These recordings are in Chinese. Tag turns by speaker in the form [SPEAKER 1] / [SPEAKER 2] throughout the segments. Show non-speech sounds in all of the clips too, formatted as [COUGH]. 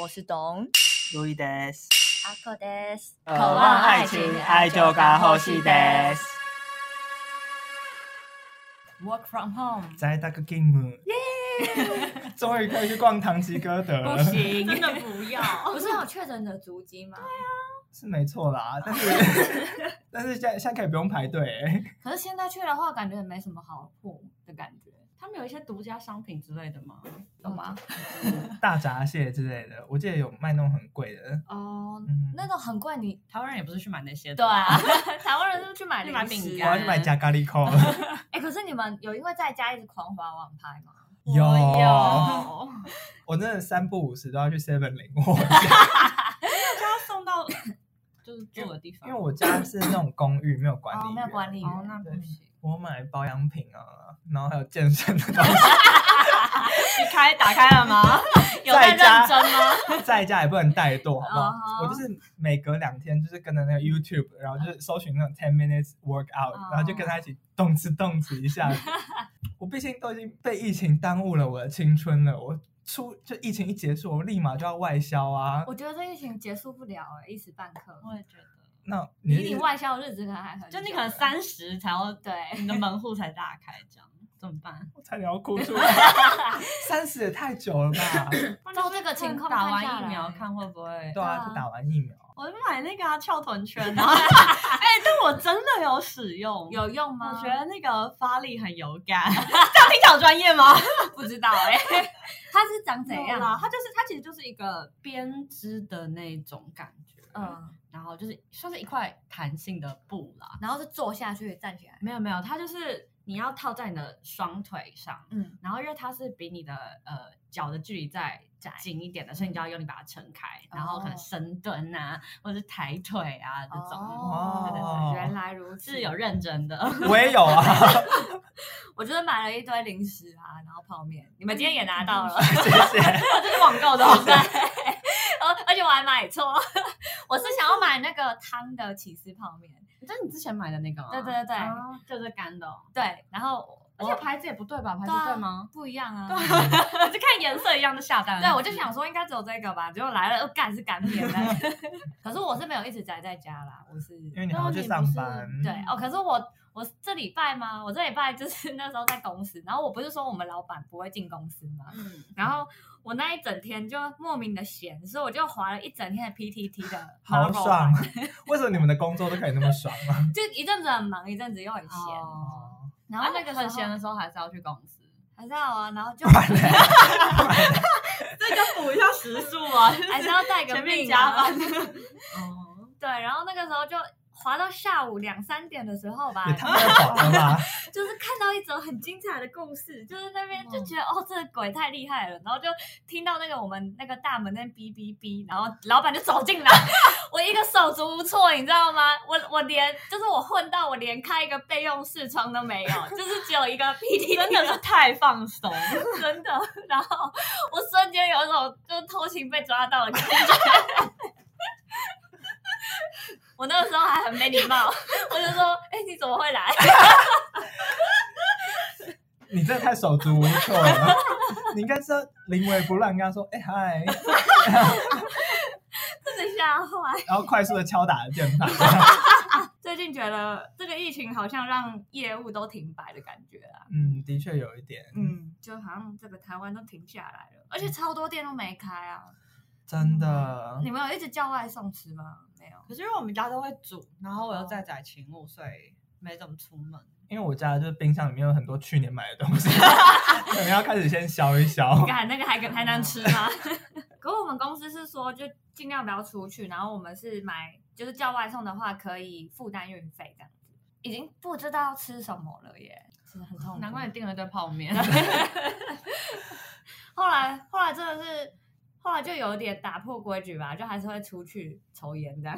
[SPEAKER 1] 我是董
[SPEAKER 2] 路易德斯，
[SPEAKER 1] 阿克德斯，
[SPEAKER 2] 渴望爱情，爱就该呼吸德。
[SPEAKER 1] Work from home，
[SPEAKER 3] 再打个 game，终于可以去逛唐吉诃德了，
[SPEAKER 2] 不行，
[SPEAKER 4] 真的不要。
[SPEAKER 1] [LAUGHS] 不是有确诊的足迹吗？
[SPEAKER 3] 是没错啦，但是但是现在现在可以不用排队、欸，
[SPEAKER 1] 可是现在去的话，感觉也没什么好破的感觉，
[SPEAKER 4] 他们有一些独家商品之类的吗？有吗？
[SPEAKER 3] 大闸蟹之类的，我记得有卖那种很贵的，
[SPEAKER 1] 哦，
[SPEAKER 3] 嗯，
[SPEAKER 1] 那种很贵，你
[SPEAKER 4] 台湾人也不是去买那些的。
[SPEAKER 1] 对啊， [LAUGHS] 台湾人是不是去买
[SPEAKER 4] 去买
[SPEAKER 1] 零食啊
[SPEAKER 4] 饼
[SPEAKER 3] 我
[SPEAKER 4] 干
[SPEAKER 3] 要去买加咖喱扣，
[SPEAKER 1] 哎、可是你们有因为在家一直狂滑网拍吗？
[SPEAKER 4] 我
[SPEAKER 3] 有
[SPEAKER 4] 有，
[SPEAKER 3] 我真的三不五时都要去 Seven 领货，
[SPEAKER 4] 就要送到就是住的地
[SPEAKER 3] 因
[SPEAKER 4] 方。
[SPEAKER 3] 为我嗯家是那种公寓，没有管理
[SPEAKER 1] 哦，
[SPEAKER 3] 员，
[SPEAKER 1] 没有管理员，
[SPEAKER 4] 哦，那不行，
[SPEAKER 3] 我买保养品啊，然后还有健身的东西，
[SPEAKER 4] 你开打开
[SPEAKER 3] [LAUGHS]
[SPEAKER 4] 了吗？有在
[SPEAKER 3] 在
[SPEAKER 4] 认
[SPEAKER 3] 家
[SPEAKER 4] 真吗？
[SPEAKER 3] [LAUGHS] 在家也不能怠惰，好不好
[SPEAKER 1] 哦？
[SPEAKER 3] 我就是每隔两天就是跟着那个 YouTube，然后
[SPEAKER 1] 嗯
[SPEAKER 3] 就是搜寻那种 ten minutes workout，、
[SPEAKER 1] 哦
[SPEAKER 3] 然后就跟他一起动次动次
[SPEAKER 1] [LAUGHS]
[SPEAKER 3] 一下子。我毕竟都已经被疫情耽误了我的青春了，我出就疫情一结束，我立马就要外销啊。
[SPEAKER 1] 我觉得这疫情结束不了、哎，一时半刻。
[SPEAKER 4] 我也觉得，
[SPEAKER 3] 那你
[SPEAKER 1] 离你外销的日子可能还很久
[SPEAKER 4] 就你可能三十才要
[SPEAKER 1] 对，
[SPEAKER 4] 你的门户才大开，这样怎么办？
[SPEAKER 3] 我差点要哭
[SPEAKER 1] [LAUGHS]
[SPEAKER 3] 出来，三十也太久了吧？
[SPEAKER 1] 照这个情况
[SPEAKER 4] 打
[SPEAKER 1] 看下
[SPEAKER 4] 完
[SPEAKER 1] 来
[SPEAKER 4] 疫苗看会不会？
[SPEAKER 3] 对
[SPEAKER 1] 嗯
[SPEAKER 3] 啊，打完疫苗，
[SPEAKER 4] 我就买那个啊翘臀圈
[SPEAKER 3] [LAUGHS]
[SPEAKER 4] 啊，哎，但我真的有使用，
[SPEAKER 1] 有用吗？
[SPEAKER 4] 哦我觉得那个发力很有 [LAUGHS] 感，这样听起来好专业吗？
[SPEAKER 1] 不知道哎、 [LAUGHS] 它是长怎样
[SPEAKER 4] 没有啦？它就是它其实就是一个编织的那种感觉，嗯，
[SPEAKER 1] 嗯，
[SPEAKER 4] 然后就是算是一块弹性的布啦。
[SPEAKER 1] 然后是坐下去站起来，
[SPEAKER 4] 没有没有，它就是你要套在你的双腿上，
[SPEAKER 1] 嗯，
[SPEAKER 4] 然后因为它是比你的呃脚的距离再紧一点的，所以你就要用力把它撑开，然后可能深蹲啊，或者是抬腿啊这种。
[SPEAKER 1] 哦
[SPEAKER 4] 对对对
[SPEAKER 1] 原来如此，
[SPEAKER 4] 是有认真的， [LAUGHS]
[SPEAKER 3] 我也
[SPEAKER 1] [LAUGHS]
[SPEAKER 3] 有啊。
[SPEAKER 1] 我就是买了一堆零食啊，然后泡面，你们今天也拿
[SPEAKER 4] 嗯
[SPEAKER 1] 到了，
[SPEAKER 3] 谢谢。
[SPEAKER 4] 这是广告的。嗯
[SPEAKER 1] 而 [LAUGHS] 而且我还买错，我是想要买那个汤的起司泡面，
[SPEAKER 4] [LAUGHS] 这是你之前买的那个吗？
[SPEAKER 1] 对对对对
[SPEAKER 4] 哦就是干的哦。
[SPEAKER 1] 对，然后我
[SPEAKER 4] 而且牌子也不对吧？牌子对啊吗？
[SPEAKER 1] 不一样啊，
[SPEAKER 4] 我 [LAUGHS] 就看颜色一样就下单了。
[SPEAKER 1] 对，我就想说应该只有这个吧，结果来了又干是干面的， [LAUGHS] 可是我是没有一直宅在家啦，我是
[SPEAKER 3] 因为你还要去上班，
[SPEAKER 1] 对
[SPEAKER 4] 嗯
[SPEAKER 1] 哦，可是我我这礼拜吗？我这礼拜就是那时候在公司，然后我不是说我们老板不会进公司吗？
[SPEAKER 4] 嗯，
[SPEAKER 1] 然后我那一整天就莫名的闲，所以我就划了一整天的 PTT
[SPEAKER 4] [LAUGHS]
[SPEAKER 1] 的
[SPEAKER 3] 好
[SPEAKER 1] Marvel
[SPEAKER 3] 爽。
[SPEAKER 4] 啊
[SPEAKER 3] [LAUGHS]
[SPEAKER 1] [LAUGHS]
[SPEAKER 3] 为什么你们的工作都可以那么爽 [LAUGHS] 啊？
[SPEAKER 1] 就一阵子很忙，一阵子又很闲。
[SPEAKER 4] 哦，
[SPEAKER 1] 然
[SPEAKER 4] 然后
[SPEAKER 1] 后
[SPEAKER 4] 那
[SPEAKER 1] 那
[SPEAKER 4] 个
[SPEAKER 1] 个
[SPEAKER 4] 很
[SPEAKER 1] 时候
[SPEAKER 4] 闲的时候还是要去公司，
[SPEAKER 1] 还是好啊，然
[SPEAKER 4] [LAUGHS]
[SPEAKER 1] 后就 [LAUGHS]
[SPEAKER 4] 这就补一下时数啊，
[SPEAKER 1] 还是要带个
[SPEAKER 4] 前面
[SPEAKER 1] 命
[SPEAKER 4] 加
[SPEAKER 1] 啊。
[SPEAKER 4] 班。哦，
[SPEAKER 1] 对，然后那个时候就划到下午两三点的时候吧
[SPEAKER 3] 也，太爽了吧！
[SPEAKER 1] 就是看到一则很精彩的故事，就是那边就觉得、哦，这个鬼太厉害了，然后就听到那个我们那个大门那哔哔哔，然后老板就走进来， [LAUGHS] 我一个手足无措，你知道吗？我我连就是我混到我连开一个备用视窗都没有，就是只有一个 PPT，
[SPEAKER 4] 真的是太放松，
[SPEAKER 1] 真的，然后我瞬间有一种就是偷情被抓到的感觉。 [LAUGHS] 我那个时候还很没礼貌，我就说：“哎、你怎么会来？”
[SPEAKER 3] 你真的太手足无措了。 [LAUGHS] 你应该知道临危不乱，跟他说：“哎、嗨
[SPEAKER 1] 真的吓坏。！”
[SPEAKER 3] [LAUGHS] 然后快速的敲打了键盘。
[SPEAKER 1] 最近觉得这个疫情好像让业务都停摆的感觉啊，
[SPEAKER 3] [LAUGHS] 嗯，的确有一点，
[SPEAKER 1] 嗯，就好像这个台湾都停下来了，而且超多店都没开啊。
[SPEAKER 3] 真的。
[SPEAKER 1] 你们有一直叫外送吃吗？没有。
[SPEAKER 4] 可是因为我们家都会煮，然后我又在宅勤务，所以没怎么出门。
[SPEAKER 3] 因为我家就是冰箱里面有很多去年买的东西，可能要开始先消一消。
[SPEAKER 1] 干那个还还难吃吗？ [LAUGHS] 可我们公司是说就尽量不要出去，然后我们是买就是叫外送的话可以负担运费这样子，已经不知道要吃什么了耶，真的很痛苦。
[SPEAKER 4] 难怪你订了一堆泡面，
[SPEAKER 1] 后来后来真的是后来就有点打破规矩吧，就还是会出去抽烟这样。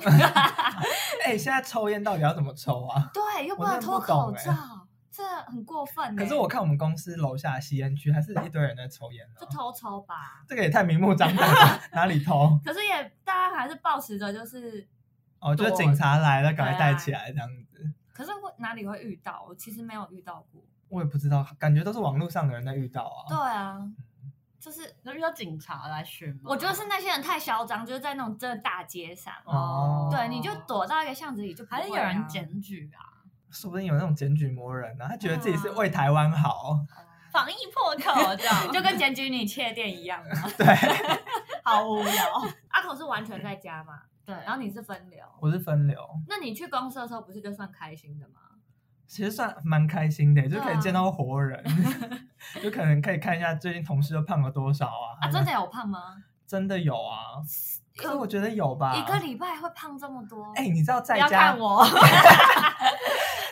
[SPEAKER 1] [LAUGHS]
[SPEAKER 3] 哎、现在抽烟到底要怎么抽啊？
[SPEAKER 1] 对，又不能脱口罩，
[SPEAKER 3] [LAUGHS]
[SPEAKER 1] 这很过分、欸。
[SPEAKER 3] 欸可是我看我们公司楼下吸烟区还是一堆人在抽烟
[SPEAKER 1] [LAUGHS] 就
[SPEAKER 3] 呢、
[SPEAKER 1] 偷抽吧。
[SPEAKER 3] 这个也太明目张胆了，哪里偷？
[SPEAKER 1] 可是也大家还是保持着就是，
[SPEAKER 3] 哦，就是警察来了，赶快带起来这样子。
[SPEAKER 1] 可是会哪里会遇到？我其实没有遇到过。
[SPEAKER 3] 我也不知道，感觉都是网络上的人在遇到啊。
[SPEAKER 1] 对啊，就是
[SPEAKER 4] [LAUGHS] 那遇到警察来巡吗？
[SPEAKER 1] 我觉得是那些人太嚣张，就是在那种真的大街上，
[SPEAKER 3] 哦
[SPEAKER 1] 对，你就躲到一个巷子里就不会
[SPEAKER 4] 还
[SPEAKER 1] 啊
[SPEAKER 4] 是有人。检举啊，
[SPEAKER 3] 说不定有那种检举魔人啊，他觉得自己是为台湾好，
[SPEAKER 4] 防疫破口这 [LAUGHS] 样
[SPEAKER 1] 就跟检举你窃电一样
[SPEAKER 3] [LAUGHS]
[SPEAKER 1] 嘛，
[SPEAKER 3] 对，
[SPEAKER 1] 好无聊。阿口是完全在家嘛，
[SPEAKER 4] 对，然
[SPEAKER 1] 然
[SPEAKER 4] 后
[SPEAKER 1] 后你是分流，
[SPEAKER 3] 我是分流，
[SPEAKER 1] 那你去公司的时候不是就算开心的吗？
[SPEAKER 3] 其实算蛮开心的，就可
[SPEAKER 1] 对
[SPEAKER 3] 以
[SPEAKER 1] 啊
[SPEAKER 3] 见到活人， [LAUGHS] 就可能可以看一下最近同事都胖了多少啊，
[SPEAKER 1] 啊，真的有胖吗？
[SPEAKER 3] 真的有啊，可是
[SPEAKER 1] 有
[SPEAKER 3] 我觉得有吧，
[SPEAKER 1] 一个礼拜会胖这么多？
[SPEAKER 3] 哎、你知道在
[SPEAKER 4] 不要
[SPEAKER 3] 家
[SPEAKER 4] 看我，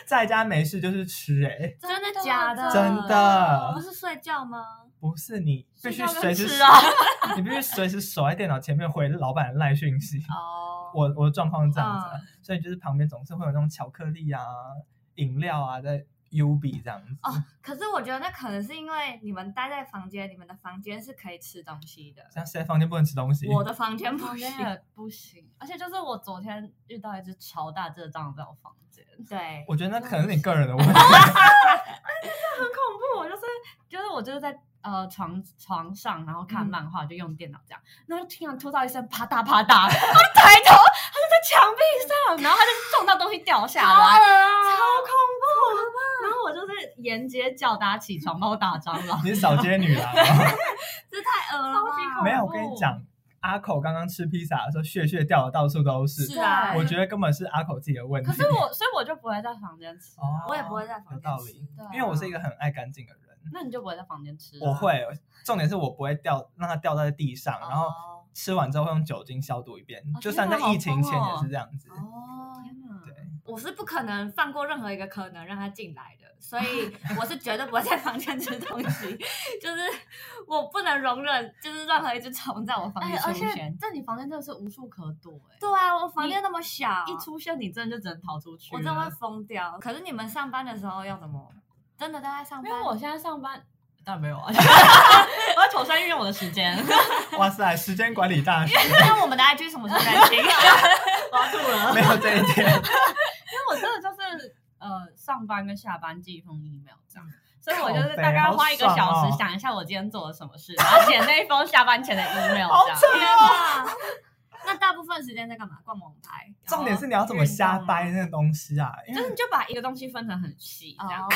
[SPEAKER 3] 在家没事就是吃、哎，
[SPEAKER 1] 真的假的？
[SPEAKER 3] 真的
[SPEAKER 1] 不是睡觉吗？
[SPEAKER 3] 不是你必
[SPEAKER 1] 睡
[SPEAKER 3] 须
[SPEAKER 1] 觉
[SPEAKER 3] 随
[SPEAKER 1] 跟
[SPEAKER 3] 时
[SPEAKER 1] 吃啊
[SPEAKER 3] 你必须随时守 [LAUGHS] 在电脑前面回老板的赖讯息。
[SPEAKER 1] 哦，
[SPEAKER 3] 我我的状况是这样子啊、所以就是旁边总是会有那种巧克力啊、饮料啊在 U 比这样子。
[SPEAKER 1] 哦，可是我觉得那可能是因为你们待在房间，你们的房间是可以吃东西的，
[SPEAKER 3] 像现在房间不能吃东西，
[SPEAKER 1] 我的房间不
[SPEAKER 4] 我
[SPEAKER 1] 行
[SPEAKER 4] 真。的哦不行。 [LAUGHS] 而且就是我昨天遇到一只超大只的蟑螂在我房间，
[SPEAKER 1] 对，
[SPEAKER 3] 我觉得那可能是你个人的问题。，
[SPEAKER 4] 很恐怖。我就是就是我就是在呃床床上，然后看漫画，就用电脑这样，然后就突然听到一声啪嗒啪 [LAUGHS] 嗒，我就抬头，它就在墙壁上，然后它就撞到东西掉下来，超恐怖。然后我就是沿街叫大家起床帮我打蟑螂 [LAUGHS]
[SPEAKER 3] 你是扫街女郎啊？
[SPEAKER 1] 这太恶了
[SPEAKER 4] 超级
[SPEAKER 1] 吧，
[SPEAKER 4] 恐
[SPEAKER 3] 没有，我跟你讲，阿口刚刚吃披萨的时候，屑屑掉的到处都是。
[SPEAKER 1] 是啊，
[SPEAKER 4] 对
[SPEAKER 3] 我觉得根本是阿口自己的问题。
[SPEAKER 4] 可是我所以我就不会在房间吃。
[SPEAKER 3] 哦
[SPEAKER 1] 我也不会在房
[SPEAKER 3] 有
[SPEAKER 1] 间
[SPEAKER 3] 道
[SPEAKER 1] 吃
[SPEAKER 3] 理，
[SPEAKER 4] 对啊
[SPEAKER 3] 因为我是一个很爱干净的人。
[SPEAKER 4] 那你就不会在房间吃、啊
[SPEAKER 3] 我，会，重点是我不会掉，让它掉在地上，然后
[SPEAKER 1] 哦
[SPEAKER 3] 吃完之后会用酒精消毒一遍，
[SPEAKER 4] 哦
[SPEAKER 3] 就
[SPEAKER 4] 天
[SPEAKER 3] 算
[SPEAKER 4] 哪
[SPEAKER 3] 在
[SPEAKER 4] 好
[SPEAKER 3] 疫情
[SPEAKER 4] 疯
[SPEAKER 3] 前也
[SPEAKER 4] 哦
[SPEAKER 3] 是这样子。
[SPEAKER 1] 哦，
[SPEAKER 4] 天哪！
[SPEAKER 3] 对，
[SPEAKER 1] 我是不可能放过任何一个可能让他进来的，所以我是绝对不会在房间吃东西， [LAUGHS] 就是我不能容忍，就是任何一只虫在我房
[SPEAKER 4] 哎
[SPEAKER 1] 间，
[SPEAKER 4] 而
[SPEAKER 1] 出
[SPEAKER 4] 且
[SPEAKER 1] 现。
[SPEAKER 4] 在你房间真的是无处可躲哎、
[SPEAKER 1] 对啊，我房间那么小，
[SPEAKER 4] 一出现你真的就只能逃出去
[SPEAKER 1] 我
[SPEAKER 4] 了。
[SPEAKER 1] 真的会疯掉。可是你们上班的时候要怎么？真的都在上
[SPEAKER 4] 因
[SPEAKER 1] 班？
[SPEAKER 4] 为我现在上班， [LAUGHS] 当然没有啊，我要妥善运用 [LAUGHS] 我的时间。
[SPEAKER 3] 哇塞，时间管理大师
[SPEAKER 1] 那我们的 IG 什么时候更
[SPEAKER 4] [LAUGHS]
[SPEAKER 1] 新？
[SPEAKER 4] 我要吐了，
[SPEAKER 3] 没有这一天，
[SPEAKER 4] 因为我真的就是呃，上班跟下班寄一封 email 这样。所以我
[SPEAKER 3] 靠
[SPEAKER 4] 就是
[SPEAKER 3] 北
[SPEAKER 4] 大概要
[SPEAKER 3] 好
[SPEAKER 4] 花一个
[SPEAKER 3] 爽
[SPEAKER 4] 小时
[SPEAKER 3] 哦
[SPEAKER 4] 想一下我今天做了什么事，然后写那一封下班前的 email
[SPEAKER 3] 好
[SPEAKER 4] 这样。
[SPEAKER 1] 天
[SPEAKER 4] 啊
[SPEAKER 1] 哪！ [LAUGHS] 那大部分时间在干嘛？逛网拍。
[SPEAKER 3] 重点是你要怎么瞎掰那个东西啊？因
[SPEAKER 4] 就
[SPEAKER 3] 为
[SPEAKER 4] 是你就把一个东西分成很细，这样 [LAUGHS]
[SPEAKER 1] 哦。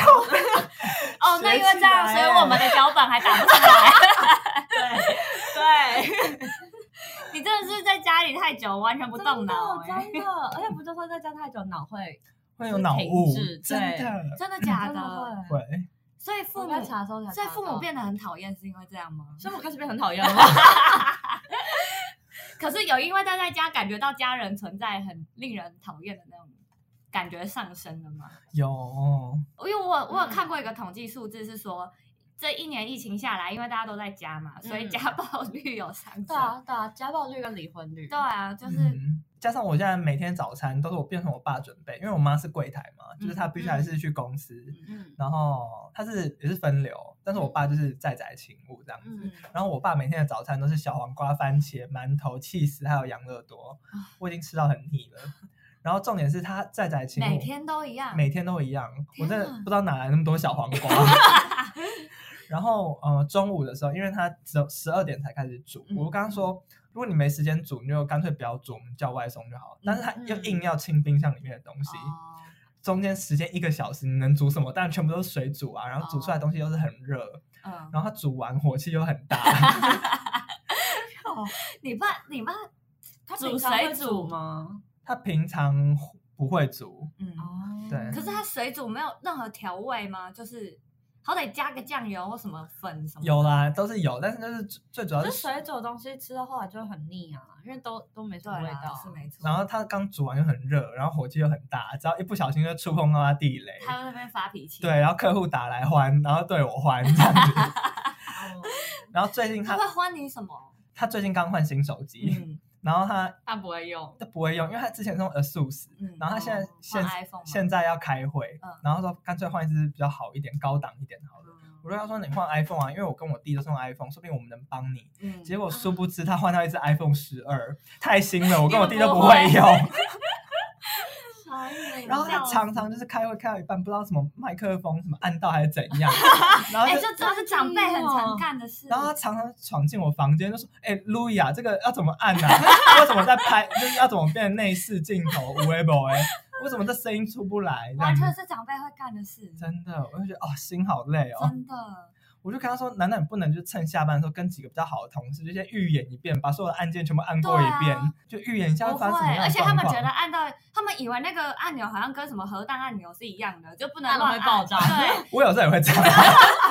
[SPEAKER 1] 哦，那因为这样，所
[SPEAKER 3] 学起来
[SPEAKER 4] 欸
[SPEAKER 1] 以我们的脚本还打不出来。 [LAUGHS]
[SPEAKER 4] [LAUGHS] 对，
[SPEAKER 1] 你真的是在家里太久，完全不动脑、
[SPEAKER 4] 真的
[SPEAKER 1] 欸。
[SPEAKER 4] 真的，而且不就说在家太久脑会，
[SPEAKER 3] 会有脑雾
[SPEAKER 4] 停滞，
[SPEAKER 3] 真
[SPEAKER 4] 对
[SPEAKER 3] 的
[SPEAKER 1] 真的假
[SPEAKER 4] 真
[SPEAKER 1] 的？
[SPEAKER 4] 会。
[SPEAKER 3] 会。
[SPEAKER 1] 所以父
[SPEAKER 4] 我
[SPEAKER 1] 母
[SPEAKER 4] 在，查的时候才，
[SPEAKER 1] 所以父母，变得很讨厌，是因为这样吗？
[SPEAKER 4] 所以我开始变得很讨厌了。
[SPEAKER 1] 可是有因为待在家，感觉到家人存在很令人讨厌的那种感觉上升了吗？
[SPEAKER 3] 有，
[SPEAKER 1] 因为我我有看
[SPEAKER 4] 嗯
[SPEAKER 1] 过一个统计数字是说。这一年疫情下来，因为大家都在家嘛，所以
[SPEAKER 4] 嗯
[SPEAKER 1] 家
[SPEAKER 4] [LAUGHS]
[SPEAKER 1] 暴率有上升。
[SPEAKER 4] [LAUGHS] 对啊，对啊，家暴率跟离婚率，
[SPEAKER 1] 对啊，就是、
[SPEAKER 3] 嗯，加上我现在每天早餐都是我变成我爸准备，因为我妈是柜台嘛，就是她必须还是去公司，
[SPEAKER 4] 嗯，
[SPEAKER 3] 然后她是也是分流，但是我爸就是在宅勤务这样子。
[SPEAKER 4] 嗯，
[SPEAKER 3] 然后我爸每天的早餐都是小黄瓜、番茄、馒头、起司还有养乐多，
[SPEAKER 4] 啊
[SPEAKER 3] 我已经吃到很腻了。然后重点是他在宅请我，
[SPEAKER 1] 每天都一样。
[SPEAKER 3] 每天都一样，我
[SPEAKER 1] 啊天啊
[SPEAKER 3] 真
[SPEAKER 1] 哪
[SPEAKER 3] 的不知道哪来那么多小黄
[SPEAKER 1] [LAUGHS]
[SPEAKER 3] 瓜。 [LAUGHS] 然后呃，中午的时候，因为他只有十二点才开始煮，
[SPEAKER 1] 嗯
[SPEAKER 3] 我刚刚说，如果你没时间煮，你就干脆不要煮，我们叫外送就好。但是他又
[SPEAKER 4] 嗯
[SPEAKER 3] 硬要清冰箱里面的东西，
[SPEAKER 1] 哦
[SPEAKER 3] 中间时间一个小时，你能煮什么？当然全部都是水煮啊，然后煮
[SPEAKER 1] 哦
[SPEAKER 3] 出来的东西又是很热，
[SPEAKER 1] 嗯，
[SPEAKER 3] 然后他煮完火气又很
[SPEAKER 1] [LAUGHS]
[SPEAKER 3] 大。
[SPEAKER 1] 你爸你爸
[SPEAKER 4] 哦他
[SPEAKER 1] 煮
[SPEAKER 4] 平常会
[SPEAKER 1] 水煮
[SPEAKER 4] 吗？
[SPEAKER 3] 他平常不会煮，
[SPEAKER 1] 嗯，
[SPEAKER 4] 哦
[SPEAKER 3] 对
[SPEAKER 1] 可是他水煮没有任何调味吗？就是好歹加个酱油或什么粉什么。
[SPEAKER 3] 有啦，都是有，但是就是最最主要
[SPEAKER 4] 可
[SPEAKER 3] 是
[SPEAKER 4] 是水煮的东西吃到后来就很腻啊，因为都都没什
[SPEAKER 1] 对
[SPEAKER 4] 么味
[SPEAKER 1] 啊，
[SPEAKER 4] 道。
[SPEAKER 1] 是没错。
[SPEAKER 3] 然后他刚煮完又很热，然后火气又很大，只要一不小心就触碰到他地雷，
[SPEAKER 1] 他在那边发脾气。
[SPEAKER 3] 对，，然后客户打来欢，然后对我欢这样子。 [LAUGHS]
[SPEAKER 4] 哦
[SPEAKER 3] 然后最近
[SPEAKER 1] 他
[SPEAKER 3] 他
[SPEAKER 1] 会欢你什么？
[SPEAKER 3] 他最近刚换新手机，
[SPEAKER 1] 嗯
[SPEAKER 3] 然后他
[SPEAKER 4] 他不会用，
[SPEAKER 3] 他不会用，因为他之前是用 ASUS，
[SPEAKER 1] 嗯。
[SPEAKER 3] 然后他现在
[SPEAKER 1] 哦
[SPEAKER 3] 现
[SPEAKER 1] 换 iPhone 吗
[SPEAKER 3] 现在要开会
[SPEAKER 1] 嗯，
[SPEAKER 3] 然后说干脆换一支比较好一点、高档一点好了。我说他说你换 iPhone 啊，因为我跟我弟都是用 iPhone，说不定我们能帮你。
[SPEAKER 1] 嗯
[SPEAKER 3] 结果殊不知
[SPEAKER 1] [LAUGHS]
[SPEAKER 3] 他换到一只 iPhone 十二，太新了，我跟我弟
[SPEAKER 1] 你
[SPEAKER 3] 都
[SPEAKER 1] 们
[SPEAKER 3] 不
[SPEAKER 1] 不
[SPEAKER 3] 会
[SPEAKER 1] 会
[SPEAKER 3] 用。
[SPEAKER 4] 超傻眼。
[SPEAKER 3] 然后他常常就是开会开到一半，不知道什么麦克风什么按到还是怎
[SPEAKER 1] [LAUGHS]
[SPEAKER 3] 样，然后
[SPEAKER 1] 哎，
[SPEAKER 3] 就。
[SPEAKER 1] 这真的是长辈很
[SPEAKER 4] 哦
[SPEAKER 1] 常干的事。
[SPEAKER 3] 然后他常常闯进我房间，就说：“哎、路易啊，这个要怎么按啊？我 [LAUGHS] 怎么在拍？就是要怎么变成内视镜头 w e b o 哎，为什么这声音出不来？”这样
[SPEAKER 1] 完
[SPEAKER 3] 子
[SPEAKER 1] 全是长辈会干的事，
[SPEAKER 3] 真的，我就觉得哦，心好累哦。
[SPEAKER 1] 真的。
[SPEAKER 3] 我就跟他说：“难道你不能就趁下班的时候跟几个比较好的同事，就先预演一遍，把所有的按键全部按过一遍，
[SPEAKER 1] 对啊
[SPEAKER 3] 就预演一下
[SPEAKER 1] 不
[SPEAKER 3] 会
[SPEAKER 1] 会
[SPEAKER 3] 发生什么，样
[SPEAKER 1] 而
[SPEAKER 3] 的
[SPEAKER 1] 且他
[SPEAKER 3] 状
[SPEAKER 1] 们觉
[SPEAKER 3] 况？”
[SPEAKER 1] 得按到，他们以为那个按钮好像跟什么核弹按钮是一样的，就不能
[SPEAKER 4] 按了
[SPEAKER 1] 乱
[SPEAKER 4] 会爆炸
[SPEAKER 1] 对，
[SPEAKER 3] 我有时候也会这样， [LAUGHS]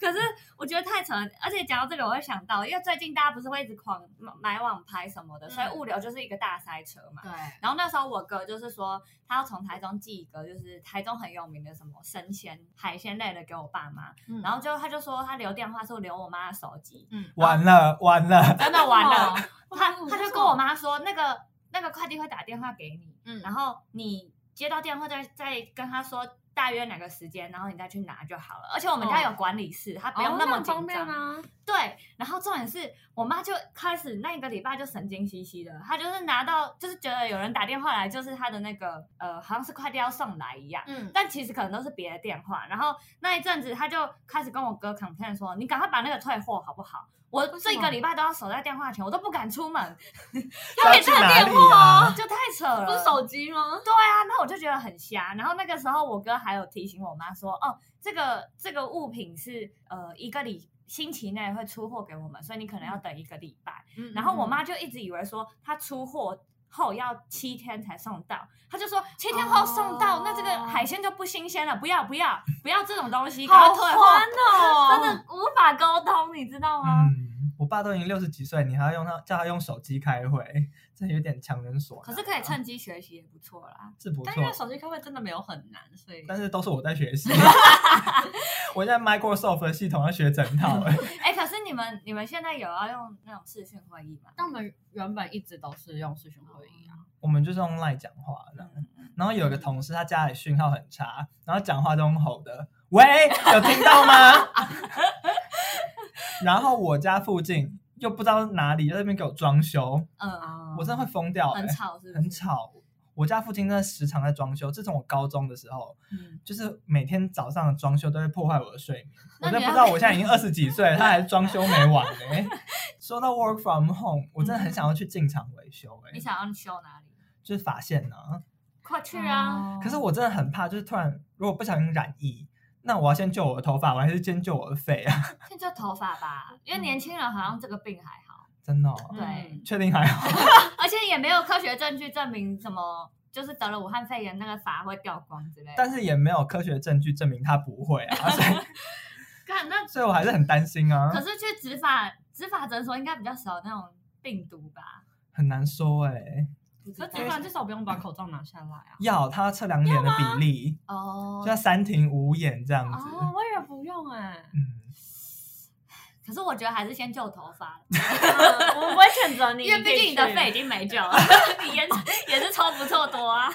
[SPEAKER 1] 可是我觉得太扯了，而且讲到这个，我会想到，因为最近大家不是会一直狂买网拍什么的，
[SPEAKER 4] 嗯
[SPEAKER 1] 所以物流就是一个大塞车嘛。
[SPEAKER 4] 对，
[SPEAKER 1] 然后那时候我哥就是说，他要从台中寄一个，就是台中很有名的什么生鲜海鲜类的给我爸妈，
[SPEAKER 4] 嗯
[SPEAKER 1] 然后就他就说他留电话是留我妈的手机，
[SPEAKER 4] 嗯，
[SPEAKER 3] 完了完了，
[SPEAKER 1] 真的完了，
[SPEAKER 4] 哦
[SPEAKER 1] 他他
[SPEAKER 4] 哦
[SPEAKER 1] 就
[SPEAKER 4] 不
[SPEAKER 1] 跟
[SPEAKER 4] 错
[SPEAKER 1] 我妈说，那个那个快递会打电话给你，
[SPEAKER 4] 嗯
[SPEAKER 1] 然后你接到电话再再跟他说大约哪个时间，然后你再去拿就好了。而且我们家
[SPEAKER 4] 哦
[SPEAKER 1] 有管理室，他不
[SPEAKER 4] 不
[SPEAKER 1] 用
[SPEAKER 4] 用
[SPEAKER 1] 那
[SPEAKER 4] 那
[SPEAKER 1] 么
[SPEAKER 4] 么
[SPEAKER 1] 紧
[SPEAKER 4] 方便
[SPEAKER 1] 张。
[SPEAKER 4] 啊。
[SPEAKER 1] 对，然后重点是我妈就开始那个礼拜就神经兮兮的，她就是拿到就是觉得有人打电话来，就是她的那个呃好像是快递要送来一样。
[SPEAKER 4] 嗯，
[SPEAKER 1] 但其实可能都是别的电话。然后那一阵子，他就开始跟我哥 complain 说：“你赶快把那个退货好不好？我
[SPEAKER 4] 为什
[SPEAKER 1] 这
[SPEAKER 4] 么
[SPEAKER 1] 个礼拜都要守在电话前，我都不敢出门， [LAUGHS]
[SPEAKER 3] 要去哪里啊？
[SPEAKER 1] 就太扯了。”
[SPEAKER 4] 哦不是手机吗？
[SPEAKER 1] 对啊，那我就觉得很瞎。然后那个时候，我哥还有提醒我妈说：“哦，这个这个物品是呃一个礼星期内会出货给我们，所以你可能要
[SPEAKER 4] 嗯
[SPEAKER 1] 等一个礼拜。”然后我妈就一直以为说她出货后要七天才送到，她就说七天后送到，那这个海鲜就不新鲜了，不要不要不要这种东西，赶
[SPEAKER 4] 好
[SPEAKER 1] 快退货
[SPEAKER 4] 欢，哦，
[SPEAKER 1] 真的无法沟通，你知道吗？
[SPEAKER 3] 嗯，我爸都已经六十几岁，你还要用他叫他用手机开会，这有点强人所
[SPEAKER 1] 可
[SPEAKER 3] 难。
[SPEAKER 1] 是可以趁机学习也不错啦，
[SPEAKER 3] 是不错
[SPEAKER 4] 但，因为手机开会真的没有很难，所以
[SPEAKER 3] 但是都是我在学
[SPEAKER 1] [LAUGHS]
[SPEAKER 3] 习。我现在 Microsoft 的系统要学整套、欸，
[SPEAKER 1] 哎、可是你们你们现在有要用那种视讯会议吗？
[SPEAKER 4] 但我们原本一直都是用视讯会
[SPEAKER 1] 哦
[SPEAKER 4] 议啊。
[SPEAKER 3] [LAUGHS] 我们就是用 Line 讲话这样。然后有一个同事，他家里讯号很差，然后讲话都用吼的，喂，有听到吗？ [LAUGHS] 然后我家附近又不知道哪里，在那边给我装修，
[SPEAKER 1] 嗯，
[SPEAKER 3] 我真的会疯掉、欸，
[SPEAKER 1] 很，吵是不是？
[SPEAKER 3] 很。吵。我家附近真的时常在装修，自从我高中的时候，
[SPEAKER 1] 嗯，
[SPEAKER 3] 就是每天早上的装修都会破坏我的睡眠。
[SPEAKER 1] 那
[SPEAKER 3] 我
[SPEAKER 1] 你
[SPEAKER 3] 都不
[SPEAKER 1] 要
[SPEAKER 3] 知道我现在已经二十几岁了，他还装修没完呢、
[SPEAKER 1] [LAUGHS]
[SPEAKER 3] 说到 work from home，我真的很想要去进厂维修、欸，
[SPEAKER 1] 你想要修哪里？
[SPEAKER 3] 就是发现呢、
[SPEAKER 1] 快去啊！
[SPEAKER 4] 哦
[SPEAKER 3] 可是我真的很怕，就是突然如果不小心染疫，那我要先救我的头发，我还是先救我的肺
[SPEAKER 1] [LAUGHS]
[SPEAKER 3] 啊？
[SPEAKER 1] 先就头发吧，因为年轻人好像这个病还好，
[SPEAKER 3] 真的、
[SPEAKER 1] 嗯
[SPEAKER 3] 哦，
[SPEAKER 1] 对，
[SPEAKER 3] 确定还好？
[SPEAKER 1] [LAUGHS] 而且也没有科学证据证明什么，就是得了武汉肺炎那个发会掉光之类的。
[SPEAKER 3] 但是也没有科学证据证明他不会
[SPEAKER 1] [LAUGHS]
[SPEAKER 3] 啊，所以
[SPEAKER 1] 看那
[SPEAKER 3] 所以我还是很担心啊
[SPEAKER 1] 可，是去植发植发诊所应该比较少那种病毒吧？
[SPEAKER 3] 很难说哎、
[SPEAKER 1] 不知
[SPEAKER 4] 可
[SPEAKER 1] 道
[SPEAKER 4] 是尽管至少不用把口罩拿下来啊。
[SPEAKER 3] 要他测量眼的比例，
[SPEAKER 1] 哦
[SPEAKER 3] 就要三庭五眼这样子。
[SPEAKER 4] 哦，我也不
[SPEAKER 1] [LAUGHS]
[SPEAKER 4] 用哎、
[SPEAKER 3] 嗯，
[SPEAKER 1] 可是我觉得还是先救头发，
[SPEAKER 4] 啊我不会谴责你
[SPEAKER 1] 因为毕竟你的肺已
[SPEAKER 4] 经
[SPEAKER 1] 经没救了， [LAUGHS] 你也也是抽不错多啊。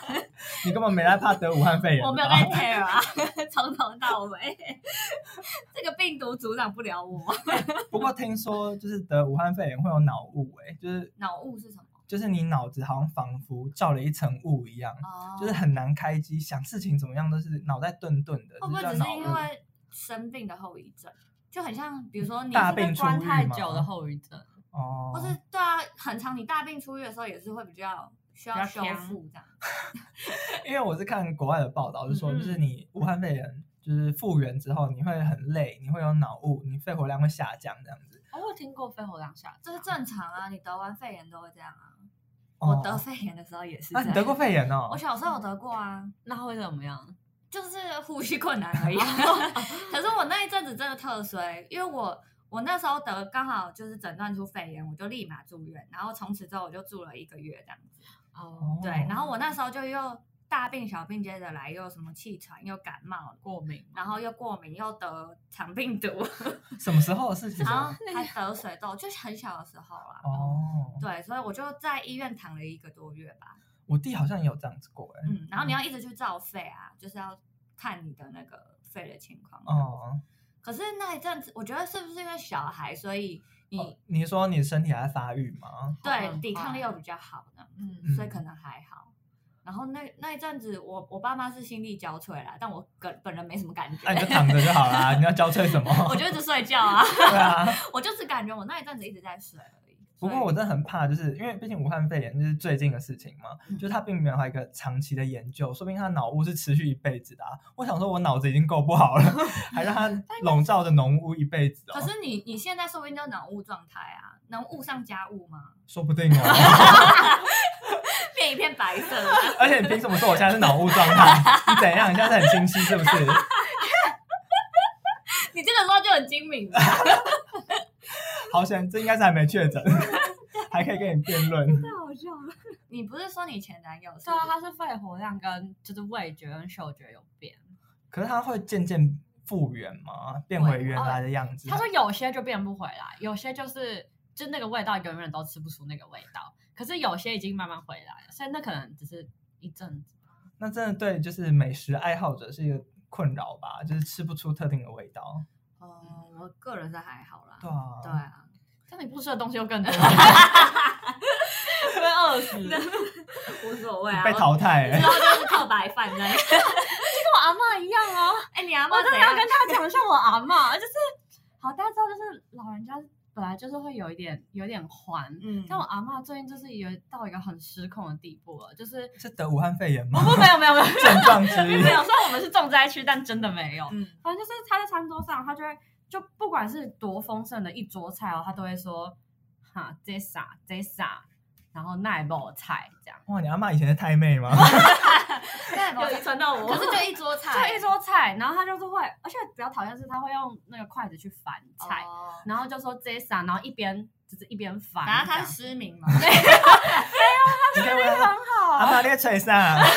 [SPEAKER 3] 你根本没在怕得武汉肺炎吧，
[SPEAKER 1] 我没有在 care 啊， [LAUGHS] 从头到尾，这个病毒阻挡不了我。
[SPEAKER 3] 不过听说就是得武汉肺炎会有脑雾、欸，就是
[SPEAKER 1] 脑雾是什么？
[SPEAKER 3] 就是你脑子好像仿佛罩了一层雾一样，
[SPEAKER 1] 哦
[SPEAKER 3] 就是很难开机，想事情怎么样都是脑袋顿顿的，
[SPEAKER 1] 会不会
[SPEAKER 3] 这
[SPEAKER 1] 只
[SPEAKER 3] 叫
[SPEAKER 1] 是
[SPEAKER 3] 脑雾
[SPEAKER 1] 因为生病的后遗症？就很像，比如说你
[SPEAKER 3] 大
[SPEAKER 1] 是
[SPEAKER 3] 病初
[SPEAKER 4] 关
[SPEAKER 3] 愈
[SPEAKER 4] 太
[SPEAKER 3] 嘛
[SPEAKER 4] 久的后遗症，
[SPEAKER 3] 哦，
[SPEAKER 1] 或是对啊，很长，你大病初愈的时候也是会比较需要
[SPEAKER 4] 比较
[SPEAKER 1] 修
[SPEAKER 4] 强
[SPEAKER 1] 复这样。
[SPEAKER 3] 因为我是看国外的报道，就说
[SPEAKER 4] 嗯嗯
[SPEAKER 3] 就是你武汉肺炎就是复原之后，你会很累，你会有脑雾，你肺活量会下降这样子。
[SPEAKER 4] 哦，我有听过肺活量下
[SPEAKER 1] 这
[SPEAKER 4] 降，
[SPEAKER 1] 是正常啊，你得完肺炎都会这样啊。
[SPEAKER 3] 哦
[SPEAKER 1] 我得肺炎的时候也是这
[SPEAKER 3] 啊，
[SPEAKER 1] 样。
[SPEAKER 3] 你得过？肺炎哦
[SPEAKER 1] 我？小时候有得过啊，
[SPEAKER 4] 那会怎么样？
[SPEAKER 1] 就是呼吸困难而已。
[SPEAKER 3] 哦
[SPEAKER 1] [LAUGHS] 可是我那一阵子真的特衰，因为我我那时候得刚好就是诊断出肺炎，我就立马住院，然后从此之后我就住了一个月这样子。
[SPEAKER 4] 哦，
[SPEAKER 1] 对，然后我那时候就又大病小病接着来，又什么气喘，又感冒，
[SPEAKER 4] 过敏，
[SPEAKER 1] 然后又过敏，又得肠病毒，
[SPEAKER 3] 什么时候的事情
[SPEAKER 1] 然后
[SPEAKER 3] 啊？
[SPEAKER 1] 还得水痘，就是很小的时候啦。
[SPEAKER 3] 哦，嗯
[SPEAKER 1] 对，所以我就在医院躺了一个多月吧。
[SPEAKER 3] 我弟好像也有这样子过哎、
[SPEAKER 1] 嗯，然后你要一直去照肺啊，就是要看你的那个肺的情况。
[SPEAKER 3] 哦，
[SPEAKER 1] 可是那一阵子，我觉得是不是因为小孩，所以你、
[SPEAKER 3] 哦你说你身体还在发育吗？
[SPEAKER 4] 好像
[SPEAKER 1] 对抵抗
[SPEAKER 4] 快
[SPEAKER 1] 力又比较好呢？
[SPEAKER 4] 嗯
[SPEAKER 3] 嗯
[SPEAKER 1] 所以可能还好。然后那那一阵子我，我爸妈是心力交瘁啦，但我本本人没什么感觉
[SPEAKER 3] 啊那、，你就躺着就好啦。你 [LAUGHS] 要交税什么？
[SPEAKER 1] [LAUGHS] 我就一直睡觉啊， [LAUGHS]
[SPEAKER 3] 对啊。
[SPEAKER 1] 我就是感觉我那一阵子一直在睡而已。
[SPEAKER 3] 不过
[SPEAKER 1] 所以
[SPEAKER 3] 我真的很怕，就是因为毕竟武汉肺炎就是最近的事情嘛，
[SPEAKER 1] 嗯
[SPEAKER 3] 就是它并没有一个长期的研究，说不定它脑雾是持续一辈子的、啊。我想说，我脑子已经够不
[SPEAKER 1] [LAUGHS]
[SPEAKER 3] 好了，还让它笼罩着浓雾一辈子哦
[SPEAKER 1] 可，是你你现在说不定就脑雾状态啊，能雾上加雾吗？
[SPEAKER 3] 说不定哦。
[SPEAKER 1] [LAUGHS]
[SPEAKER 3] [LAUGHS]
[SPEAKER 1] 变一片白色，
[SPEAKER 3] 而且你凭什么说我现在是脑雾状态？你怎样？你现在是很清晰是不是？
[SPEAKER 1] [LAUGHS] 你这个时候就很精明了。
[SPEAKER 3] 好险，这应该是还没确诊，还可以跟你辩论。
[SPEAKER 1] 太好笑了。你不是说你前男友是
[SPEAKER 4] 对啊，它是肺活量跟就是味觉跟嗅觉有变。
[SPEAKER 3] 可是它会渐渐复原吗？变回原来的样子？
[SPEAKER 1] 呃
[SPEAKER 4] 他说有些就变不回来，有些就是就那个味道永远都吃不出那个味道，可是有些已经慢慢回来了，所以那可能只是一阵子。
[SPEAKER 3] 那真的对，就是美食爱好者是一个困扰吧，就是吃不出特定的味道。
[SPEAKER 1] 哦，我个人是还好啦。
[SPEAKER 3] 对啊，
[SPEAKER 1] 对啊，
[SPEAKER 4] 像你不吃的东西又更
[SPEAKER 1] [LAUGHS]
[SPEAKER 4] [LAUGHS] 难，会饿死。跟
[SPEAKER 1] 无所谓啊。
[SPEAKER 3] 被淘汰、
[SPEAKER 1] 我之
[SPEAKER 3] 欸。
[SPEAKER 1] 后就是靠白饭的。
[SPEAKER 4] 我阿妈一样哦，
[SPEAKER 1] [LAUGHS] 哎，你阿
[SPEAKER 4] 我
[SPEAKER 1] 妈
[SPEAKER 4] 真
[SPEAKER 1] 怎
[SPEAKER 4] 的要
[SPEAKER 1] 样
[SPEAKER 4] 跟？他讲一下我阿妈，就是好，大家知道就是老人家本来就是会有一点有点还。
[SPEAKER 1] 嗯
[SPEAKER 4] 但我阿妈最近就是有到一个很失控的地步了，就是
[SPEAKER 3] 是得武汉肺炎吗
[SPEAKER 4] 不？不没有没有没有
[SPEAKER 3] 症状之一
[SPEAKER 4] 没。有，虽然我们是重灾区，但真的没有。
[SPEAKER 1] 嗯，
[SPEAKER 4] 反正就是他在餐桌上，他就会就不管是多丰盛的一桌菜哦，他都会说哈这啥这啥，然后奈某菜这样，
[SPEAKER 3] 哇，你阿妈以前是太妹吗？
[SPEAKER 1] 对吧
[SPEAKER 4] 有遗传到我。
[SPEAKER 1] 可是就一桌菜，
[SPEAKER 4] 就一桌菜，然后他就是会，而且比较讨厌是他会用那个筷子去翻菜，
[SPEAKER 1] 哦。
[SPEAKER 4] 然后就说这啥，然后一边就是一边翻这
[SPEAKER 1] 然
[SPEAKER 4] 样，
[SPEAKER 1] 后他是失明 [LAUGHS] 嘛？
[SPEAKER 3] 你可以问她
[SPEAKER 4] 很
[SPEAKER 3] 阿
[SPEAKER 4] 好，
[SPEAKER 3] 妈在吹啥？
[SPEAKER 4] 然后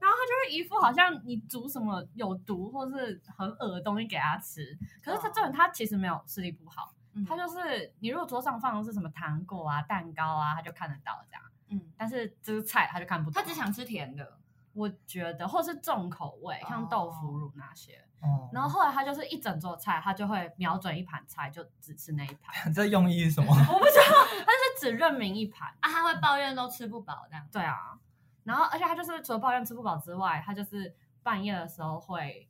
[SPEAKER 4] 他就会一副好像你煮什么有毒或是很恶的东西给他吃，可是他
[SPEAKER 1] 哦
[SPEAKER 4] 这种他其实没有视力不好。
[SPEAKER 1] 嗯
[SPEAKER 4] 他就是你如果桌上放的是什么糖果啊、蛋糕啊，他就看得到这样。
[SPEAKER 1] 嗯，
[SPEAKER 4] 但是这是菜，他就看不到。
[SPEAKER 1] 他只想吃甜的。
[SPEAKER 4] 我觉得，或是重口味，
[SPEAKER 1] 哦
[SPEAKER 4] 像豆腐乳那些。
[SPEAKER 3] 哦
[SPEAKER 4] 然后后来他就是一整桌菜，他就会瞄准一盘菜，就只吃那一盘。
[SPEAKER 3] 这用意是什么？
[SPEAKER 4] 我不知道，他就是只认明一盘。
[SPEAKER 1] 啊，他会抱怨都吃不饱这样。
[SPEAKER 4] 对啊，然后而且他就是除了抱怨吃不饱之外，他就是半夜的时候会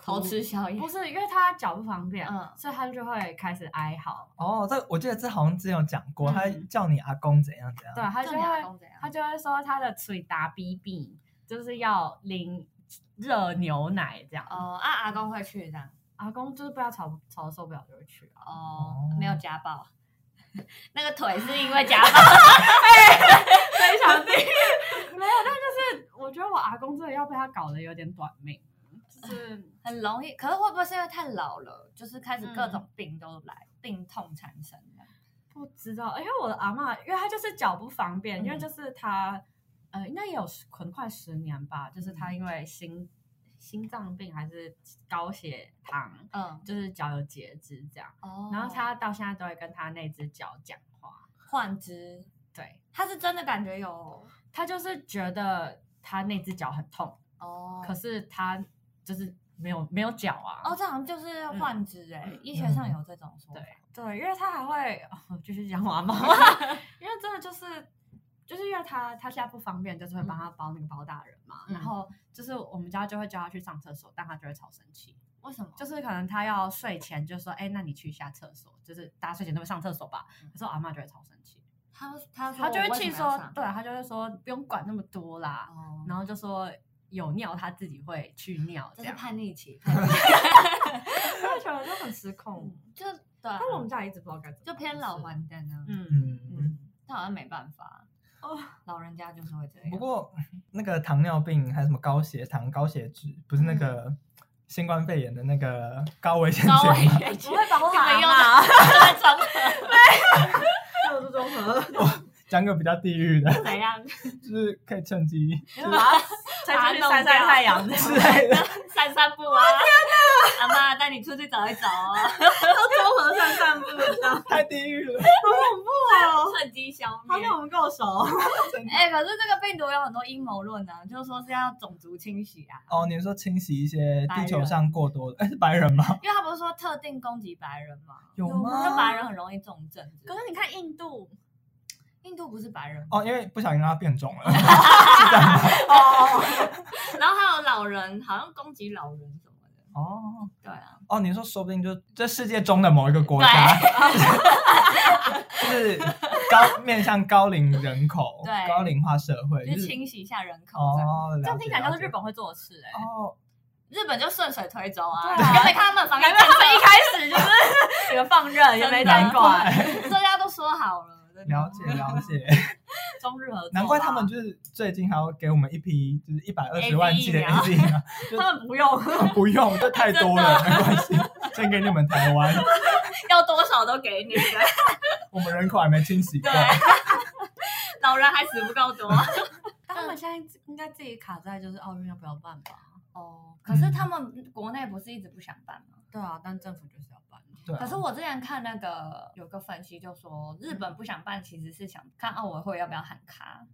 [SPEAKER 1] 偷吃宵夜
[SPEAKER 4] 不。是因为他脚不方便，
[SPEAKER 1] 嗯
[SPEAKER 4] 所以他就会开始哀嚎。
[SPEAKER 3] 哦，这我记得这好像之前有讲过，
[SPEAKER 4] 嗯
[SPEAKER 3] 他叫你阿公怎样怎样。
[SPEAKER 4] 对，啊他就
[SPEAKER 1] 就你阿
[SPEAKER 4] 会
[SPEAKER 1] 公怎样
[SPEAKER 4] 他就会说他的嘴打比比，就是要淋热牛奶这样。
[SPEAKER 1] 哦，啊，阿公会去这样。
[SPEAKER 4] 阿公就是被他吵吵受不了就会去啊。
[SPEAKER 1] 哦
[SPEAKER 3] 哦，
[SPEAKER 1] 没有家暴。 [LAUGHS] 那个腿是因为家暴， [LAUGHS] 哎
[SPEAKER 4] 非常 [LAUGHS] 地没有，但就是我觉得我阿公真的要被他搞得有点短命，就是
[SPEAKER 1] 很容易。可是会不会是因为太老了，就是开始各
[SPEAKER 4] 嗯
[SPEAKER 1] 种病都来，病痛缠身这样？
[SPEAKER 4] 不知道。而且我的阿嬷，因为她就是脚不方便，
[SPEAKER 1] 嗯
[SPEAKER 4] 因为就是她呃应该也有十可能快十年吧，就是她
[SPEAKER 1] 嗯
[SPEAKER 4] 因为心心脏病还是高血糖，
[SPEAKER 1] 嗯，
[SPEAKER 4] 就是脚有截肢这样。
[SPEAKER 1] 哦
[SPEAKER 4] 然后他到现在都会跟他那只脚讲话。
[SPEAKER 1] 换肢，
[SPEAKER 4] 对，
[SPEAKER 1] 他是真的感觉有
[SPEAKER 4] 他就是觉得他那只脚很痛，
[SPEAKER 1] 哦
[SPEAKER 4] 可是他就是没有没有脚啊。
[SPEAKER 1] 哦，这好像就是换肢哎、医学上有这种说法。
[SPEAKER 4] 嗯对对，因为他还会 [LAUGHS] 继续讲我 [LAUGHS] 阿妈，因为真的就是。就是因为他他现在不方便，就是会帮他包那个包大人嘛。
[SPEAKER 1] 嗯
[SPEAKER 4] 然后就是我们家就会叫他去上厕所，但他就会超生气。
[SPEAKER 1] 为什么？
[SPEAKER 4] 就是可能他要睡前就说：“哎，那你去一下厕所。”就是大家睡前都会上厕所吧。可是我阿妈就会超生气，
[SPEAKER 1] 他他说
[SPEAKER 4] 他就会
[SPEAKER 1] 我为
[SPEAKER 4] 气
[SPEAKER 1] 什么要
[SPEAKER 4] 嗯说
[SPEAKER 1] 上，
[SPEAKER 4] 对，他就会说不用管那么多啦，
[SPEAKER 1] 哦，
[SPEAKER 4] 然后就说有尿他自己会去尿，这
[SPEAKER 1] 这是
[SPEAKER 4] 样
[SPEAKER 1] 叛逆
[SPEAKER 4] [LAUGHS]
[SPEAKER 1] 期， [LAUGHS] 叛逆期
[SPEAKER 4] 我觉得就很失控。
[SPEAKER 1] 就对啊、
[SPEAKER 4] 但我们家也一直不知道该怎么，
[SPEAKER 1] 就偏老，还灯啊。
[SPEAKER 4] 嗯，
[SPEAKER 3] 嗯。
[SPEAKER 1] 嗯，但好像没办法
[SPEAKER 4] 哦，
[SPEAKER 1] 老人家就是会这样。
[SPEAKER 3] 不过那个糖尿病还有什么高血糖、高血脂，不是那个新冠肺炎的那个高危险
[SPEAKER 1] 稍微
[SPEAKER 3] 群 [LAUGHS] 吗？
[SPEAKER 1] 也
[SPEAKER 4] 我会保护好啊
[SPEAKER 1] 没用
[SPEAKER 4] 阿嬷，
[SPEAKER 1] 在装 [LAUGHS] 合
[SPEAKER 4] 我是综合，
[SPEAKER 3] 讲个比较地狱的，
[SPEAKER 1] 怎样？
[SPEAKER 3] 就是可以趁 [LAUGHS] 机
[SPEAKER 4] 就是把它
[SPEAKER 1] 把它
[SPEAKER 4] 才去
[SPEAKER 1] 弄
[SPEAKER 4] 晒晒
[SPEAKER 1] 掉
[SPEAKER 4] 太阳，
[SPEAKER 3] 之类的。
[SPEAKER 1] 散散步啊！阿妈带你出去走一走哦，
[SPEAKER 4] 综合散散步，
[SPEAKER 3] [LAUGHS] 太地狱了。
[SPEAKER 1] 趁机消
[SPEAKER 4] 好
[SPEAKER 1] 灭
[SPEAKER 4] 像。我们够熟，
[SPEAKER 1] 哎、可是这个病毒有很多阴谋论呢、啊，就是说是要种族清洗啊，
[SPEAKER 3] [LAUGHS] 哦，你说清洗一些
[SPEAKER 1] 白
[SPEAKER 3] 地球
[SPEAKER 1] 人
[SPEAKER 3] 上过多的，哎，是白人吗？
[SPEAKER 1] 因为他不是说特定攻击白人吗？
[SPEAKER 3] [LAUGHS] 有吗
[SPEAKER 4] 哦
[SPEAKER 1] 就白人很容易重症之类的。
[SPEAKER 4] 可是你看印度，
[SPEAKER 1] 印度不是白人吗
[SPEAKER 3] 哦，因为不小心让它变种了。
[SPEAKER 1] 然后还有老人，好像攻击老人什么的。
[SPEAKER 3] [LAUGHS] 哦
[SPEAKER 1] 对啊，
[SPEAKER 3] 哦，你说说不定就这世界中的某一个国家， [LAUGHS] 就是高面向高龄人口、
[SPEAKER 1] 对
[SPEAKER 3] 高龄化社会，
[SPEAKER 1] 就是
[SPEAKER 3] 是
[SPEAKER 1] 清洗一下人口这样。
[SPEAKER 3] 哦，
[SPEAKER 1] 这样听起来
[SPEAKER 3] 就
[SPEAKER 1] 像是日本会做的事
[SPEAKER 4] 欸
[SPEAKER 1] 哎、
[SPEAKER 3] 哦，
[SPEAKER 1] 日本就顺水推舟啊，
[SPEAKER 4] 对啊
[SPEAKER 1] [LAUGHS] 因为他们房间
[SPEAKER 4] 他们一开始就是整个放任，也没在管。
[SPEAKER 1] [LAUGHS] 大家都说好了，真的
[SPEAKER 3] 了 [LAUGHS] 解了解，
[SPEAKER 4] [LAUGHS]
[SPEAKER 1] 啊
[SPEAKER 4] 中日合作吧，
[SPEAKER 3] 难怪他们就是最近还要给我们一批就是一百二十万
[SPEAKER 1] AZ
[SPEAKER 3] 剂的
[SPEAKER 1] 疫苗
[SPEAKER 3] A E Z 疫苗，
[SPEAKER 4] 他们不用
[SPEAKER 3] 不用，这太多
[SPEAKER 1] [LAUGHS]
[SPEAKER 3] 了，没关系，先给你们台湾，
[SPEAKER 1] [LAUGHS] 要多少都给你。对，
[SPEAKER 3] 我们人口还没清洗够。
[SPEAKER 1] [LAUGHS] 老人还死不够
[SPEAKER 3] [LAUGHS]
[SPEAKER 1] 多。
[SPEAKER 4] 但 [LAUGHS] 他们现在应该自己卡在就是奥运要不要办吧？
[SPEAKER 1] 哦，可是他们国内不是一直不想办
[SPEAKER 3] 嗯
[SPEAKER 1] 吗？
[SPEAKER 4] 对啊，但政府就是要办。
[SPEAKER 3] 对啊
[SPEAKER 1] 可是我之前看那个有个分析就说，日本不想办其实是想看奥委会要不要喊卡。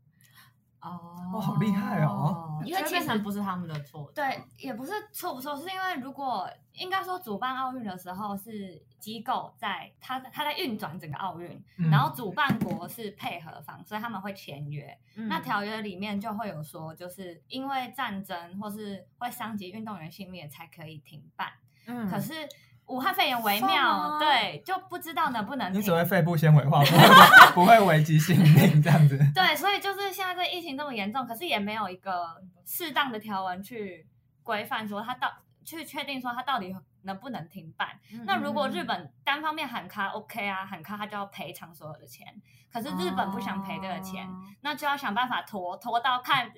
[SPEAKER 4] 哦
[SPEAKER 3] 哇好厉害哦！
[SPEAKER 1] 因为
[SPEAKER 4] 就
[SPEAKER 1] 其实
[SPEAKER 4] 变成不是他们的错，
[SPEAKER 1] 对，也不是错不错，是因为如果应该说主办奥运的时候是机构在他他在运转整个奥运，
[SPEAKER 3] 嗯
[SPEAKER 1] 然后主办国是配合方，所以他们会签约。
[SPEAKER 4] 嗯，
[SPEAKER 1] 那条约里面就会有说，就是因为战争或是会伤及运动员性命才可以停办。
[SPEAKER 4] 嗯，
[SPEAKER 1] 可是武汉肺炎微
[SPEAKER 4] 算
[SPEAKER 1] 妙，
[SPEAKER 4] 吗
[SPEAKER 1] 对，就不知道能不能
[SPEAKER 3] 你
[SPEAKER 1] 停
[SPEAKER 3] 只。会肺部纤维化，不会 [LAUGHS] 不会危及性命这样子。
[SPEAKER 1] 对，所以就是现在这疫情这么严重，可是也没有一个适当的条文去规范说它到去确定说它到底能不能停办。
[SPEAKER 4] 嗯
[SPEAKER 1] 那如果日本单方面喊卡 OK 啊，喊卡他就要赔偿所有的钱，可是日本不想赔这个钱，
[SPEAKER 4] 嗯哦
[SPEAKER 1] 那就要想办法拖拖到看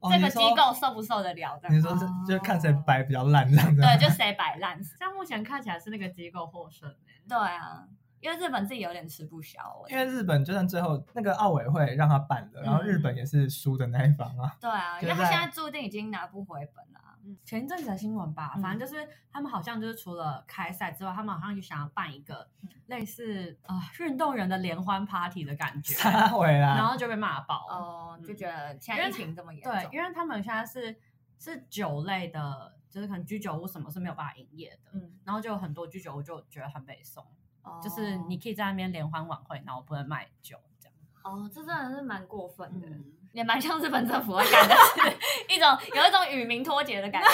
[SPEAKER 3] 哦
[SPEAKER 1] 这
[SPEAKER 3] 你
[SPEAKER 1] 个
[SPEAKER 3] 说
[SPEAKER 1] 机构受不受得了这样。
[SPEAKER 3] 你说
[SPEAKER 4] 哦
[SPEAKER 3] 这就看谁白比较烂这样
[SPEAKER 1] [LAUGHS]
[SPEAKER 3] 子。
[SPEAKER 1] 对，就谁摆烂。
[SPEAKER 4] 像目前看起来是那个机构获胜欸
[SPEAKER 1] 对啊，因为日本自己有点吃不消欸、
[SPEAKER 3] 因为日本就算最后那个奥委会让他办
[SPEAKER 1] 嗯
[SPEAKER 3] 了，然后日本也是输的那一方
[SPEAKER 1] [LAUGHS]
[SPEAKER 3] 啊。
[SPEAKER 1] 对啊，因
[SPEAKER 3] 就
[SPEAKER 1] 为他
[SPEAKER 3] 在
[SPEAKER 1] 现在注定已经拿不回本了啊。
[SPEAKER 4] 前一阵子的新闻吧，
[SPEAKER 1] 嗯
[SPEAKER 4] 反正就是他们好像就是除了开赛之外，他们好像也想要办一个
[SPEAKER 1] 嗯
[SPEAKER 4] 类似啊、运动员的联欢 party 的感
[SPEAKER 1] [LAUGHS]
[SPEAKER 4] 觉，
[SPEAKER 3] 撒回
[SPEAKER 4] 然
[SPEAKER 3] 啦，
[SPEAKER 4] 后就被骂爆。
[SPEAKER 1] 啊哦，就觉得现
[SPEAKER 4] 因
[SPEAKER 1] 在
[SPEAKER 4] 为
[SPEAKER 1] 疫情这么严重，
[SPEAKER 4] 对，因为他们现在是是酒类的，就是可能居酒屋什么是没有办法营业的，
[SPEAKER 1] 嗯，
[SPEAKER 4] 然后就有很多居酒屋就觉得很北宋，
[SPEAKER 1] 哦
[SPEAKER 4] 就是你可以在那边联欢晚会，然后不能卖酒这样。
[SPEAKER 1] 哦，这真的是蛮过分的，
[SPEAKER 4] 嗯，
[SPEAKER 1] 也蛮像日本政府会干的事， [LAUGHS] 一种有一种与民脱节的感觉，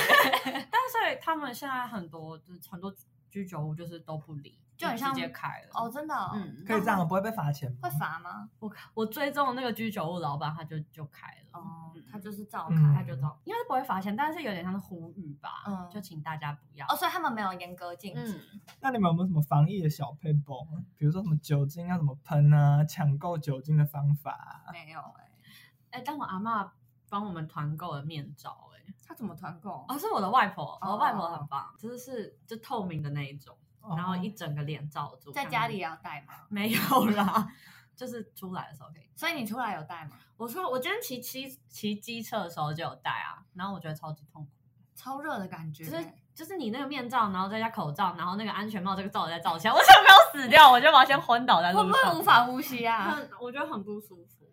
[SPEAKER 4] 但是他们现在很多就是很多居酒屋就是都不理，
[SPEAKER 1] 就很像
[SPEAKER 4] 直接开了。
[SPEAKER 1] 哦，真的哦、
[SPEAKER 4] 嗯，
[SPEAKER 3] 可以这样，不会被罚钱吗
[SPEAKER 1] 会？罚吗？
[SPEAKER 4] 我我追踪的那个居酒屋老板，他就就开了，
[SPEAKER 1] 哦
[SPEAKER 4] 嗯，
[SPEAKER 1] 他就是照开，
[SPEAKER 3] 嗯
[SPEAKER 1] 他就照。
[SPEAKER 4] 应该是不会罚钱，但是有点像是呼吁吧，
[SPEAKER 1] 嗯
[SPEAKER 4] 就请大家不要。
[SPEAKER 1] 哦，所以他们没有严格禁止。
[SPEAKER 4] 嗯，
[SPEAKER 3] 那你们有没有什么防疫的小配包？比如说什么酒精要怎么喷啊，抢购酒精的方法啊、
[SPEAKER 1] 没有哎、
[SPEAKER 4] 哎、但我阿嬷帮我们团购了面罩、哎，
[SPEAKER 1] 他怎么团购？啊
[SPEAKER 4] 哦，是我的外婆，我的
[SPEAKER 1] 哦哦
[SPEAKER 4] 外婆很棒，就是是就透明的那一种，
[SPEAKER 3] 哦
[SPEAKER 4] 然后一整个脸罩住，
[SPEAKER 1] 在
[SPEAKER 4] 这样
[SPEAKER 1] 家里啊也要戴吗？
[SPEAKER 4] 没有啦，就是出来的时候可以。
[SPEAKER 1] 所以你出来有戴吗？
[SPEAKER 4] 我说我今天骑骑骑机车的时候就有戴啊，然后我觉得超级痛苦，
[SPEAKER 1] 超热的感觉
[SPEAKER 4] 就
[SPEAKER 1] 欸，
[SPEAKER 4] 是就是你那个面罩，然后再加口罩，然后那个安全帽这个罩子再罩起来，我想没有死掉，我就马上先昏倒在路
[SPEAKER 1] 会
[SPEAKER 4] 上，
[SPEAKER 1] 不会无法呼吸啊？
[SPEAKER 4] 很？我觉得很不舒服。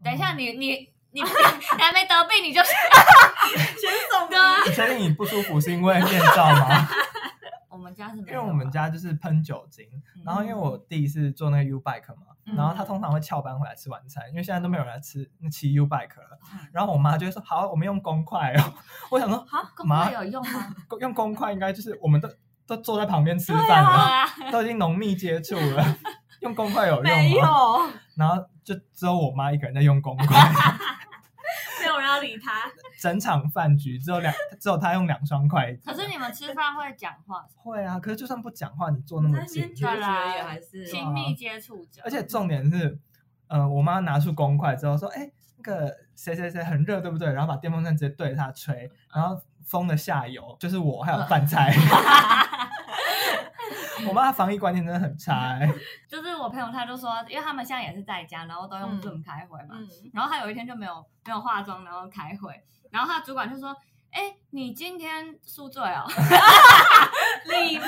[SPEAKER 1] 等
[SPEAKER 4] 哦
[SPEAKER 1] 一下，你你你你还没得病，你
[SPEAKER 4] [LAUGHS]
[SPEAKER 1] 就是
[SPEAKER 4] 先送
[SPEAKER 1] 对啊
[SPEAKER 3] 你确定你不舒服是因为面罩吗？
[SPEAKER 1] 我们家是没
[SPEAKER 3] 因
[SPEAKER 1] 有
[SPEAKER 3] 为
[SPEAKER 1] 吧，
[SPEAKER 3] 我们家就是喷酒精，然后因为我弟是做那个 U bike 嘛，
[SPEAKER 1] 嗯
[SPEAKER 3] 然后他通常会翘班回来吃晚餐，因为现在都没有人来吃那骑 U bike 了
[SPEAKER 1] 嗯。
[SPEAKER 3] 然后我妈就会说：“好，我们用公筷哦。” [LAUGHS] 我想说，
[SPEAKER 1] 啊，公
[SPEAKER 3] 麻
[SPEAKER 1] 筷有用
[SPEAKER 4] [LAUGHS]
[SPEAKER 1] 吗？
[SPEAKER 3] 公用公筷应该就是我们都都坐在旁边吃饭
[SPEAKER 1] 对
[SPEAKER 3] 了，
[SPEAKER 1] 啊，
[SPEAKER 3] 都已经浓密接触了，用公筷有
[SPEAKER 4] 没
[SPEAKER 3] 用
[SPEAKER 4] 有
[SPEAKER 3] 吗？，然后就只有我妈一个人在用公筷， [LAUGHS]
[SPEAKER 4] 没有人要理他。
[SPEAKER 3] 整场饭局只有两只有她用两双筷子。
[SPEAKER 1] 可是你们吃饭会讲话，
[SPEAKER 3] 会啊，可是就算不讲话，你坐那么近，
[SPEAKER 1] 对啦
[SPEAKER 4] [LAUGHS] 是啊
[SPEAKER 1] 亲密接触者，
[SPEAKER 3] 而且重点是，呃，我妈拿出公筷之后说：“哎、那个谁谁谁很热，对不对？”然后把电风扇直接对着她吹，然后风的下游就是我还有
[SPEAKER 1] 嗯 [LAUGHS]
[SPEAKER 3] 饭菜。我妈防疫观念真的很差、
[SPEAKER 1] 哦
[SPEAKER 3] 欸，
[SPEAKER 1] 就是我朋友他就说，因为他们现在也是在家，然后都用
[SPEAKER 4] 嗯
[SPEAKER 1] Zoom 开会嘛，
[SPEAKER 4] 嗯，
[SPEAKER 1] 然后他有一天就没有没有化妆，然后开会，然后他主管就说。哎，你今天宿醉
[SPEAKER 4] [LAUGHS]
[SPEAKER 1] 哦，
[SPEAKER 4] 礼貌，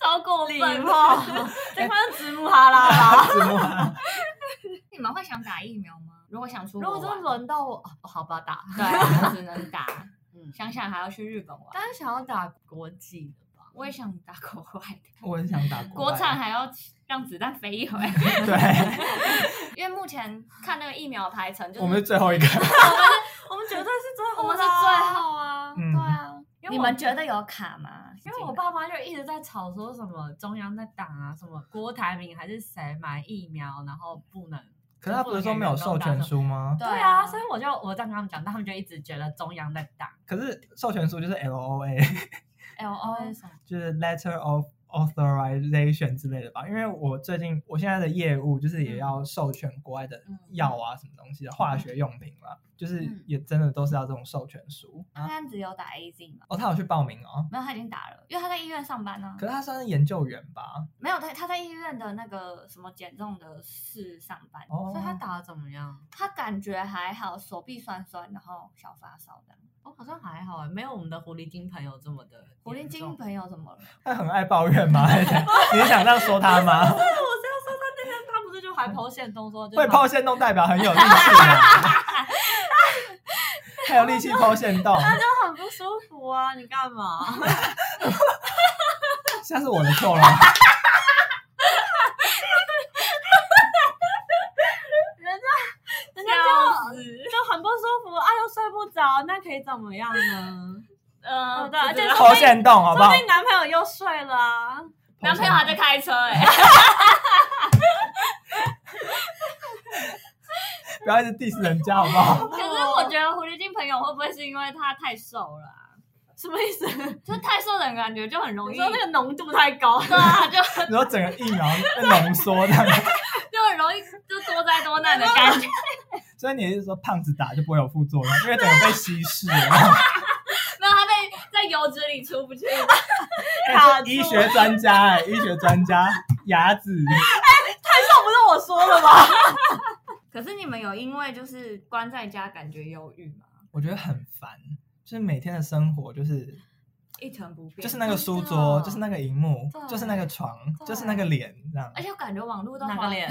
[SPEAKER 1] 超过
[SPEAKER 4] 礼
[SPEAKER 1] 分！
[SPEAKER 4] 貌， [LAUGHS] 这块是直木哈拉吧？
[SPEAKER 3] 是吗？ [LAUGHS]
[SPEAKER 1] 你们会想打疫苗吗？如果想出
[SPEAKER 4] [LAUGHS] 如
[SPEAKER 1] 国
[SPEAKER 4] 果
[SPEAKER 1] 玩，
[SPEAKER 4] 真的轮到我，哦好吧，打。 [LAUGHS]
[SPEAKER 1] 对，只能打。啊
[SPEAKER 4] 嗯，
[SPEAKER 1] 想想还要去日本玩，
[SPEAKER 4] 但是想要打国际的吧？
[SPEAKER 1] 我也想打国外的，
[SPEAKER 3] 我很想打
[SPEAKER 1] 国
[SPEAKER 3] 外
[SPEAKER 1] 产还要让子弹飞一回， [LAUGHS]
[SPEAKER 3] 对，
[SPEAKER 1] 因为目前看那个疫苗排程，就是
[SPEAKER 3] 我们是最后一个，
[SPEAKER 4] 我们绝对是最
[SPEAKER 1] 我
[SPEAKER 4] 后
[SPEAKER 1] 们是
[SPEAKER 4] 的
[SPEAKER 1] 最
[SPEAKER 4] 啊，
[SPEAKER 1] 后啊，
[SPEAKER 3] 嗯
[SPEAKER 1] 对啊，
[SPEAKER 4] 因
[SPEAKER 1] 你
[SPEAKER 4] 为我
[SPEAKER 1] 们觉得有卡吗？
[SPEAKER 4] 因为我爸妈就一直在吵说什么中央在打啊，什么郭台铭还是谁买疫苗，然后不能。
[SPEAKER 3] 可是他不是说没有授权书吗？
[SPEAKER 1] 对
[SPEAKER 4] 对啊，所以我就我这样跟他们讲，但他们就一直觉得中央在打。
[SPEAKER 3] 可是授权书就是 LOA，
[SPEAKER 4] L O S，
[SPEAKER 3] [LAUGHS] 就是 Letter of Authorization 之类的吧。因为我最近我现在的业务就是
[SPEAKER 1] 嗯
[SPEAKER 3] 也要授权国外的
[SPEAKER 4] 嗯
[SPEAKER 3] 药啊，什么东西的化学用品啦，就是也真的都是要这种授权书。
[SPEAKER 4] 啊
[SPEAKER 1] 他刚只有打 A Z 吗？
[SPEAKER 3] 哦，他有去报名哦，
[SPEAKER 1] 没有，他已经打了，因为他在医院上班呢、啊
[SPEAKER 4] 嗯
[SPEAKER 3] 可是他算是研究员吧？
[SPEAKER 1] 没有，他他在医院的那个什么减重的室上班，
[SPEAKER 3] 哦，
[SPEAKER 4] 所以他打的怎么样？
[SPEAKER 1] 他感觉还好，手臂酸酸，然后小发烧的。
[SPEAKER 4] 我、好像还好哎，没有我们的狐狸精朋友这么的严重。
[SPEAKER 1] 狐狸精朋友怎么了？
[SPEAKER 3] 他很爱抱怨
[SPEAKER 4] [LAUGHS]
[SPEAKER 3] 吗？还是你是想这样说他吗？
[SPEAKER 4] 他不是就还抛线动作，就
[SPEAKER 3] 会
[SPEAKER 4] 是
[SPEAKER 3] 抛线动代表很有力气
[SPEAKER 4] [LAUGHS]
[SPEAKER 3] 啊，还有力气抛线动，
[SPEAKER 4] 他很不舒服啊！你干 [LAUGHS] 嘛？
[SPEAKER 3] 现在是我的错了。
[SPEAKER 4] [LAUGHS] 人家就就很不舒服啊，又睡不着，那可以怎么样呢？
[SPEAKER 1] 呃
[SPEAKER 4] 哦对而且
[SPEAKER 3] 抛线动好不
[SPEAKER 4] 说
[SPEAKER 3] 好
[SPEAKER 4] 不？定男朋友又睡了啊。
[SPEAKER 1] 男朋友还在开车哎、
[SPEAKER 3] 不要一直 diss 人家好不好？
[SPEAKER 1] 可是我觉得狐狸精朋友会不会是因为他太瘦了、啊？
[SPEAKER 4] 什么意思？你
[SPEAKER 1] 就太瘦的人感觉就很容易，
[SPEAKER 4] 说那个浓度太 [LAUGHS] 高，
[SPEAKER 1] 对啊，就 [LAUGHS]
[SPEAKER 3] 你说整个疫苗在浓缩这样子，
[SPEAKER 1] 就很容易就多灾多难的感觉。
[SPEAKER 3] 所以你是说胖子打就不会有副作用，因为整个被稀释了。
[SPEAKER 1] 没有，他在在油脂里出不去。
[SPEAKER 3] 哎这医学专家哎，医学专家牙子，
[SPEAKER 4] 不是我说的吗？ [LAUGHS]
[SPEAKER 1] 可是你们有因为就是关在家感觉忧郁吗？
[SPEAKER 3] 我觉得很烦，就是每天的生活就是
[SPEAKER 1] 一成不变，
[SPEAKER 3] 就是那个书
[SPEAKER 4] 真的
[SPEAKER 3] 桌，就是那个荧幕，
[SPEAKER 4] 对
[SPEAKER 3] 就是那个床，
[SPEAKER 4] 对
[SPEAKER 3] 就是那个脸这样
[SPEAKER 1] 而，且我感觉网络都
[SPEAKER 4] 哪
[SPEAKER 1] 滑
[SPEAKER 4] 个脸？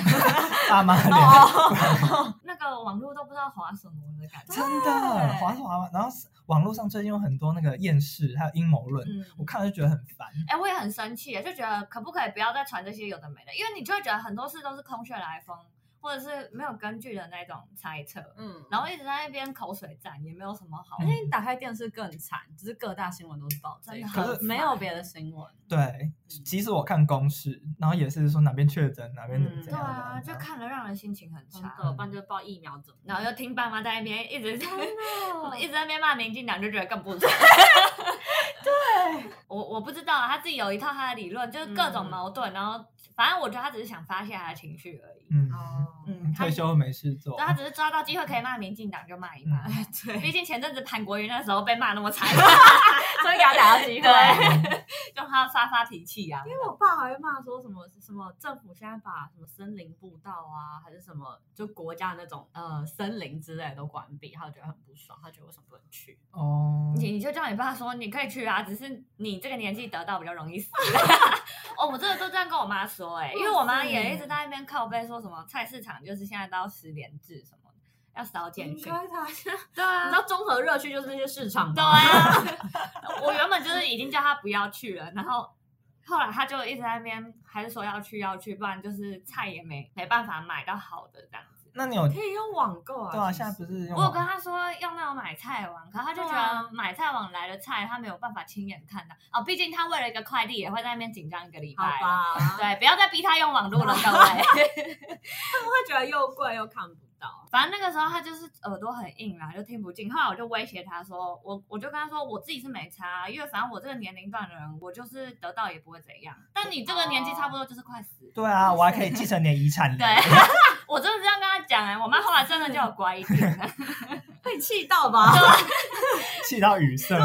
[SPEAKER 3] 爸妈的脸。
[SPEAKER 1] 哦那个网络都不知道滑什么的感觉。
[SPEAKER 3] 真的滑是滑滑，然后是网络上最近有很多那个厌世，还有阴谋论，
[SPEAKER 1] 嗯
[SPEAKER 3] 我看了就觉得很烦。
[SPEAKER 1] 哎、我也很生气耶，就觉得可不可以不要再传这些有的没的，因为你就会觉得很多事都是空穴来风，或者是没有根据的那种猜测，
[SPEAKER 4] [LAUGHS] 嗯，然
[SPEAKER 1] 然
[SPEAKER 4] 后
[SPEAKER 1] 后一直在那边口水战，也没有什么好。
[SPEAKER 3] 嗯
[SPEAKER 4] 因为你打开电视更惨，就是各大新闻都是报这
[SPEAKER 1] 真的
[SPEAKER 3] 很
[SPEAKER 4] 个，没有别的新闻。
[SPEAKER 3] 对，即使我看公式，然后也是说哪边确诊，哪边怎么
[SPEAKER 4] 嗯
[SPEAKER 3] 怎
[SPEAKER 1] 对
[SPEAKER 3] 样的、
[SPEAKER 1] 啊，就看了让人心情很
[SPEAKER 4] 真
[SPEAKER 1] 差。
[SPEAKER 4] 的，不然就是报疫苗怎么
[SPEAKER 1] 然后又听爸妈在那边一直在 [LAUGHS]
[SPEAKER 4] [LAUGHS] 样？
[SPEAKER 1] 一直在那边骂民进党，就觉得更不
[SPEAKER 3] [LAUGHS]
[SPEAKER 1] 对。我我不知道啊，他自己有一套他的理论，就是各种
[SPEAKER 4] 嗯
[SPEAKER 1] 矛盾，然后反正我觉得他只是想发泄他的情绪而已。
[SPEAKER 3] 嗯，
[SPEAKER 4] 哦
[SPEAKER 1] 嗯，他
[SPEAKER 3] 退休没事做
[SPEAKER 1] 对，他只是抓到机会可以骂民进党就骂一骂。
[SPEAKER 3] 嗯
[SPEAKER 1] 毕
[SPEAKER 4] 对，
[SPEAKER 1] 竟前阵子潘国云那时候被骂那么
[SPEAKER 3] [LAUGHS]
[SPEAKER 1] 惨，
[SPEAKER 4] [LAUGHS] 所以给他打到 [LAUGHS] 机会。
[SPEAKER 1] 对，让他发发脾气呀、啊。
[SPEAKER 4] 因为我爸还会骂说什么什么政府现在把什么森林步道啊，还是什么就国家那种呃森林之类的都关闭，他觉得很不爽，他觉得为什么不能去？
[SPEAKER 3] 哦，
[SPEAKER 1] [LAUGHS] 你你就叫你爸说你可以去啊，只是你这个年纪得到比较容易 [LAUGHS] 死。哦，我真的都这样跟我妈说哎、因为我妈也一直在那边靠背说什么菜市场就是现在都要十连制什么的，要少简讯。
[SPEAKER 4] 他， [LAUGHS] 你知
[SPEAKER 1] 对啊，
[SPEAKER 4] 道综合热区就是那些市场
[SPEAKER 1] 对
[SPEAKER 4] 吗？
[SPEAKER 1] 啊，我原本就是已经叫他不要去了，然后后来他就一直在那边还是说要去要去，不然就是菜也没没办法买到好的这样子。
[SPEAKER 3] 那
[SPEAKER 1] [LAUGHS]
[SPEAKER 3] 你有对
[SPEAKER 4] 可以用网购啊。
[SPEAKER 3] 啊？
[SPEAKER 4] 其实
[SPEAKER 3] 现在不是用
[SPEAKER 1] 我有跟他说要那种买菜网，可他就觉
[SPEAKER 4] 对啊
[SPEAKER 1] 得买菜网来的菜他没有办法亲眼看到哦，毕竟他为了一个快递也会在那边紧张一个礼
[SPEAKER 4] 好
[SPEAKER 1] 拜。
[SPEAKER 4] 吧，
[SPEAKER 1] 对，不要再逼他用网络
[SPEAKER 3] [LAUGHS]
[SPEAKER 1] 了，各位。
[SPEAKER 4] 我会觉得又贵又看不到。
[SPEAKER 1] 反正那个时候他就是耳朵很硬啦，就听不进。后来我就威胁他说，我我就跟他说，我自己是没差，啊因为反正我这个年龄段的人，我就是得到也不会怎样。但你这个
[SPEAKER 4] 哦
[SPEAKER 1] 年纪差不多就是快死。
[SPEAKER 3] 对啊，我还可以继承你的遗产嘞。
[SPEAKER 1] 对， [LAUGHS] 我真的这样跟他讲哎、我妈后来真的就有乖一点了。
[SPEAKER 4] 被啊气到吧？
[SPEAKER 3] 气到语塞。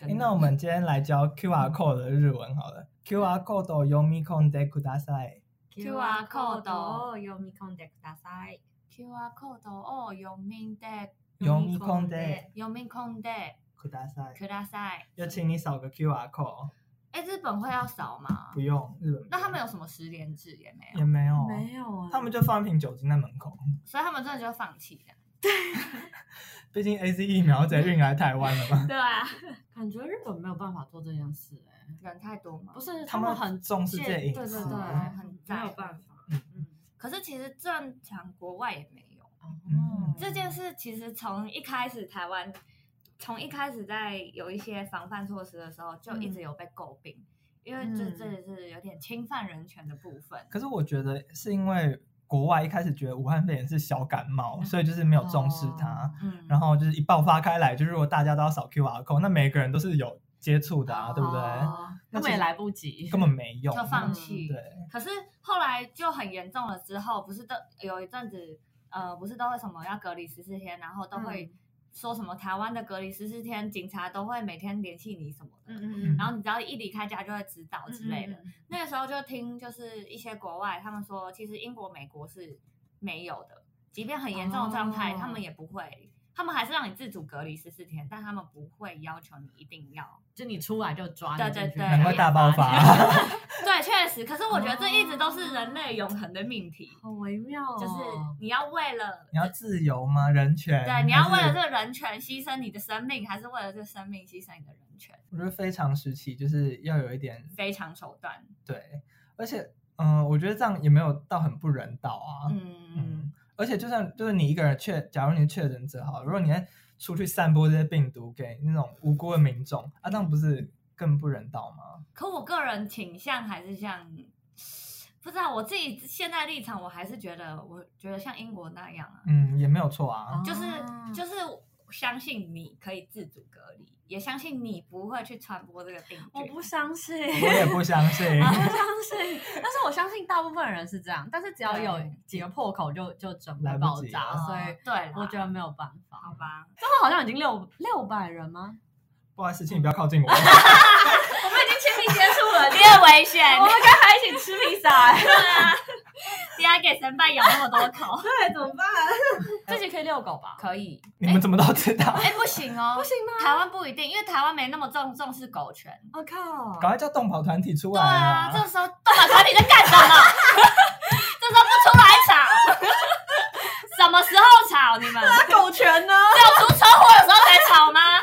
[SPEAKER 3] 诶那我们今天来教 QR code 的日文好了。QR code を読み込んでください。
[SPEAKER 1] QR code
[SPEAKER 4] を読み込んでください。
[SPEAKER 1] QR code を読みで
[SPEAKER 3] 読み込んで
[SPEAKER 1] 読み込んで
[SPEAKER 3] ください。
[SPEAKER 1] ください。
[SPEAKER 3] 要请你扫个 QR code，
[SPEAKER 1] 哎、日本会要扫吗
[SPEAKER 3] 不？用日本。
[SPEAKER 1] 那他们有什么十连制也没
[SPEAKER 3] 也
[SPEAKER 1] 有，
[SPEAKER 3] 没有，
[SPEAKER 4] 没有啊，
[SPEAKER 3] 哦他们就放一瓶酒精在门口。
[SPEAKER 1] 所以他们真的就放弃了。
[SPEAKER 3] 毕竟 A Z 疫苗直接运来台湾了嘛。
[SPEAKER 1] 对啊，
[SPEAKER 4] 感觉日本没有办法做这件事哎。
[SPEAKER 1] 人太多吗？
[SPEAKER 4] 不是
[SPEAKER 3] 他
[SPEAKER 4] 们
[SPEAKER 3] 们
[SPEAKER 4] 很
[SPEAKER 3] 重视这
[SPEAKER 4] 介
[SPEAKER 3] 隐
[SPEAKER 4] 对对
[SPEAKER 3] 私啊嗯
[SPEAKER 4] 对，
[SPEAKER 1] 嗯很在
[SPEAKER 4] 嗯没有
[SPEAKER 1] 乎
[SPEAKER 4] 办法。
[SPEAKER 1] 可是其实正常国外也没有
[SPEAKER 4] 嗯，
[SPEAKER 1] 这件事。其实从一开始台湾，从一开始在有一些防范措施的时候，就一直有被诟病，因为这
[SPEAKER 4] 嗯
[SPEAKER 1] 这也是有点侵犯人权的部分。
[SPEAKER 3] 可是我觉得是因为国外一开始觉得武汉肺炎是小感冒，所以就是没有重视它。
[SPEAKER 4] 哦
[SPEAKER 1] 嗯，
[SPEAKER 3] 然后就是一爆发开来，就是如果大家都要扫 QR code，那每个人都是有接触的啊，对不对？
[SPEAKER 1] 哦
[SPEAKER 3] 那其
[SPEAKER 4] 根本也
[SPEAKER 3] 实
[SPEAKER 4] 来不及。
[SPEAKER 3] 根本没用，
[SPEAKER 1] 就放弃。
[SPEAKER 3] 对，
[SPEAKER 1] 可是后来就很严重了，之后不是都有一阵子，呃，不是都会什么要隔离十四天，然后都
[SPEAKER 4] 嗯
[SPEAKER 1] 会说什么台湾的隔离十四天，警察都会每天联系你什么的，
[SPEAKER 4] 嗯
[SPEAKER 1] 然后你只要一离开家就会知道之类的。。
[SPEAKER 4] 嗯嗯
[SPEAKER 1] 那个时候就听就是一些国外他们说，其实英国、美国是没有的，即便很严重的状态，
[SPEAKER 4] 哦
[SPEAKER 1] 他们也不会。他们还是让你自主隔离十四天，但他们不会要求你一定要。
[SPEAKER 4] [LAUGHS] 就你出来就抓你
[SPEAKER 1] 对
[SPEAKER 4] 进去，
[SPEAKER 1] 对对
[SPEAKER 3] 难怪大爆
[SPEAKER 4] [LAUGHS]
[SPEAKER 3] 发。啊
[SPEAKER 1] 对，确实。可是我觉得这一直都是人类永恒的命题。
[SPEAKER 4] 好微妙哦，
[SPEAKER 1] 就是你要为了
[SPEAKER 3] 你要自由吗？人权？
[SPEAKER 1] 对，你要为
[SPEAKER 3] 还
[SPEAKER 1] 了
[SPEAKER 3] 是
[SPEAKER 1] 这个人权牺牲你的生命，还是为了这个生命牺牲你的人权？
[SPEAKER 3] 我觉得非常时期就是要有一点
[SPEAKER 1] 非常手段。
[SPEAKER 3] 对，而且嗯、呃我觉得这样也没有到很不人道啊。
[SPEAKER 1] 嗯，
[SPEAKER 3] 嗯，而且就算就是你一个人确，假如你是确诊者好了，如果你在出去散播这些病毒给那种无辜的民众，啊，那不是更不人道吗？
[SPEAKER 1] 可我个人倾向还是像，不知道我自己现在立场，我还是觉得，我觉得像英国那样啊，
[SPEAKER 3] 嗯，也没有错啊。
[SPEAKER 1] 就是
[SPEAKER 4] 哦
[SPEAKER 1] 就是相信你可以自主隔离，也相信你不会去传播这个病
[SPEAKER 4] 我
[SPEAKER 1] 菌。
[SPEAKER 4] 不相信， [LAUGHS]
[SPEAKER 3] 我也不相信。
[SPEAKER 1] [LAUGHS]
[SPEAKER 4] 我不相信，但是我相信大部分人是这样，但是只要有几个破口就就整
[SPEAKER 3] 来
[SPEAKER 4] 个
[SPEAKER 3] 不
[SPEAKER 4] 爆
[SPEAKER 3] 及
[SPEAKER 4] 炸，
[SPEAKER 3] 了
[SPEAKER 4] 所以
[SPEAKER 1] 对啦，
[SPEAKER 4] 哦我觉得没有办法。
[SPEAKER 1] 好吧，
[SPEAKER 4] 最啊后好像已经六六百人吗？
[SPEAKER 3] 不好意思，请你不要靠近我。
[SPEAKER 4] 我们已经亲密接触 [LAUGHS] 了，
[SPEAKER 1] 有点危险，
[SPEAKER 4] 我们刚才一起吃披萨，欸啊
[SPEAKER 1] [LAUGHS] 你还给神拜咬那么多口，
[SPEAKER 4] [LAUGHS] 对，怎么办？自己可以遛狗吧？
[SPEAKER 1] 可以。
[SPEAKER 3] 你们怎么都知道？
[SPEAKER 1] 哎、不行哦，
[SPEAKER 4] 不行吗？
[SPEAKER 1] 台湾不一定，因为台湾没那么重重视狗权。
[SPEAKER 4] 我靠！
[SPEAKER 3] 赶快叫动保团体出
[SPEAKER 1] 对
[SPEAKER 3] 来
[SPEAKER 1] 啊，这时候动保团体在干什么？ [LAUGHS] 这时候不出来吵， [LAUGHS] 什么时候吵？你们
[SPEAKER 4] 那狗权呢？
[SPEAKER 1] 只有出车祸的时候才吵吗？ [LAUGHS]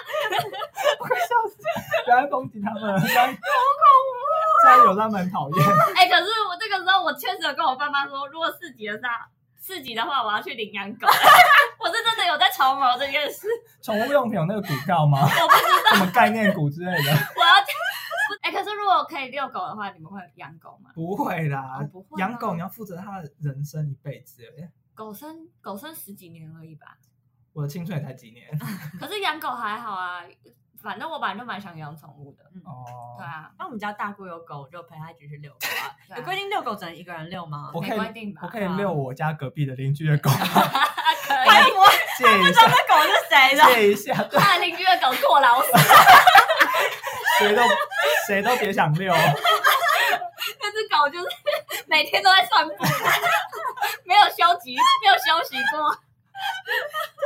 [SPEAKER 3] 我快笑死！ [LAUGHS] 不要再抨击他们了，好恐
[SPEAKER 1] 啊
[SPEAKER 3] 怖！虽然有他们很讨厌，
[SPEAKER 1] 哎、可是我这个时候我确实有跟我爸妈说，如果四级的话，四级的话我要去领养狗。 [LAUGHS] 我是真的有在筹谋这件事，
[SPEAKER 3] 宠物用品有那个股票吗？
[SPEAKER 1] [LAUGHS] 我不知
[SPEAKER 3] 什么概念股之类的？
[SPEAKER 1] 我要。 [LAUGHS] 哎、可是如果可以遛狗的话，你们会养狗吗？
[SPEAKER 3] 不会啦
[SPEAKER 1] 哦不会，吗
[SPEAKER 3] 啊养狗你要负责它的人生一辈子耶。
[SPEAKER 1] 狗生狗生十几年而已吧。
[SPEAKER 3] 我的青春也才几年
[SPEAKER 1] [LAUGHS] 可是养狗还好啊，反正我本来就蛮想养宠物的。
[SPEAKER 3] 哦
[SPEAKER 1] 对。啊，
[SPEAKER 4] 那我们家大姑有狗，我就陪她一起去遛狗啊。
[SPEAKER 1] 对啊
[SPEAKER 4] 有规定遛狗只能一个人遛吗？
[SPEAKER 3] 我可
[SPEAKER 1] 没规
[SPEAKER 3] 以
[SPEAKER 1] 定吧
[SPEAKER 3] 我可以遛我家隔壁的邻居
[SPEAKER 1] [LAUGHS]
[SPEAKER 3] 的狗，
[SPEAKER 1] 可
[SPEAKER 4] 哎我
[SPEAKER 1] 以。
[SPEAKER 4] 不会
[SPEAKER 3] 借一下，
[SPEAKER 4] 那狗是谁的？
[SPEAKER 3] 借一下，对，
[SPEAKER 1] 怕邻居的狗过劳死，
[SPEAKER 3] 谁都谁都别想
[SPEAKER 1] [LAUGHS]
[SPEAKER 3] 遛。
[SPEAKER 1] 那只狗就是每天都在散步，没有休息，没有休息过，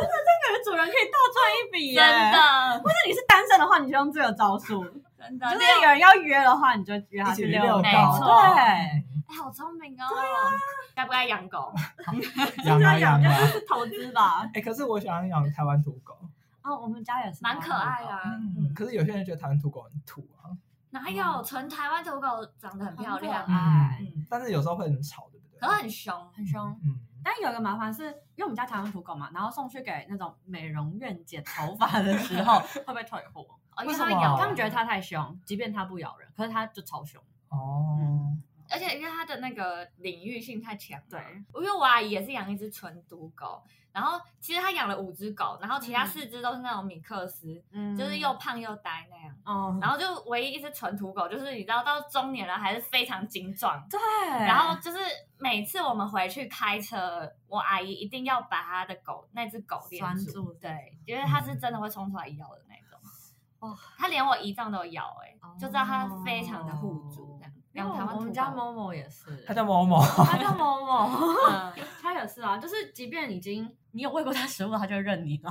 [SPEAKER 4] 那 [LAUGHS] 个主人可以大赚一笔
[SPEAKER 1] 真
[SPEAKER 4] 耶！
[SPEAKER 1] 的
[SPEAKER 4] 或者你是单身的话，你就用这个招数；
[SPEAKER 1] 真的
[SPEAKER 4] 就是
[SPEAKER 1] 那
[SPEAKER 4] 有人要约的话，你就约他去
[SPEAKER 3] 一起去遛狗嗯
[SPEAKER 4] 狗。
[SPEAKER 1] 没错
[SPEAKER 4] 对，
[SPEAKER 1] [LAUGHS] 哎，好聪明哦！该不该养狗？
[SPEAKER 3] 养啊养啊！
[SPEAKER 4] 是投资 [LAUGHS] 吧？
[SPEAKER 3] 哎，可是我想养台湾土狗，
[SPEAKER 4] 啊，我们家也是
[SPEAKER 1] 蛮可爱的啊。嗯，
[SPEAKER 3] 可是有些人觉得台湾土狗很土啊，
[SPEAKER 1] 哪有纯台湾土狗长得很漂亮
[SPEAKER 4] 很可
[SPEAKER 1] 啊？
[SPEAKER 4] 爱
[SPEAKER 1] 嗯，
[SPEAKER 3] 但是有时候会很吵，对不对？
[SPEAKER 1] 可是很凶，
[SPEAKER 4] 很凶。
[SPEAKER 3] 嗯，
[SPEAKER 4] 但有一个麻烦是，因为我们家台湾土狗嘛，然后送去给那种美容院剪头发的时 [LAUGHS] 候会被退货，
[SPEAKER 1] 哦因
[SPEAKER 3] 为
[SPEAKER 1] 为
[SPEAKER 3] 什么
[SPEAKER 1] 它咬
[SPEAKER 4] 他们觉得它太凶，即便它不咬人，可是它就超凶。
[SPEAKER 3] 哦，
[SPEAKER 1] 而且因为它的那个领域性太强了，
[SPEAKER 4] 对
[SPEAKER 1] 因为我阿姨也是养一只纯独狗，然后其实她养了五只狗，然后其他
[SPEAKER 4] 嗯
[SPEAKER 1] 四只都是那种米克斯，
[SPEAKER 4] 嗯
[SPEAKER 1] 就是又胖又呆那样，
[SPEAKER 4] 哦，
[SPEAKER 1] 然后就唯一一只纯土狗，就是你知道到中年了还是非常精壮。
[SPEAKER 4] 对，
[SPEAKER 1] 然后就是每次我们回去开车，我阿姨一定要把她的狗那只狗链
[SPEAKER 4] 拴
[SPEAKER 1] 住，
[SPEAKER 4] 住嗯
[SPEAKER 1] 对，因为它是真的会冲出来咬的那种。哇，它连我姨丈都有咬、欸，哎、就知道它非常的护主这样。
[SPEAKER 4] 哦因
[SPEAKER 1] 然
[SPEAKER 4] 为
[SPEAKER 1] 后台湾
[SPEAKER 4] 我
[SPEAKER 1] 土
[SPEAKER 4] 们
[SPEAKER 1] 狗
[SPEAKER 4] 家
[SPEAKER 1] [LAUGHS]
[SPEAKER 4] 某某也是，
[SPEAKER 3] 它叫某某，
[SPEAKER 4] 它叫某 [LAUGHS] 某，
[SPEAKER 1] 嗯，
[SPEAKER 4] 它也是啊，就是即便已经你有喂过它食物，它就会认你了。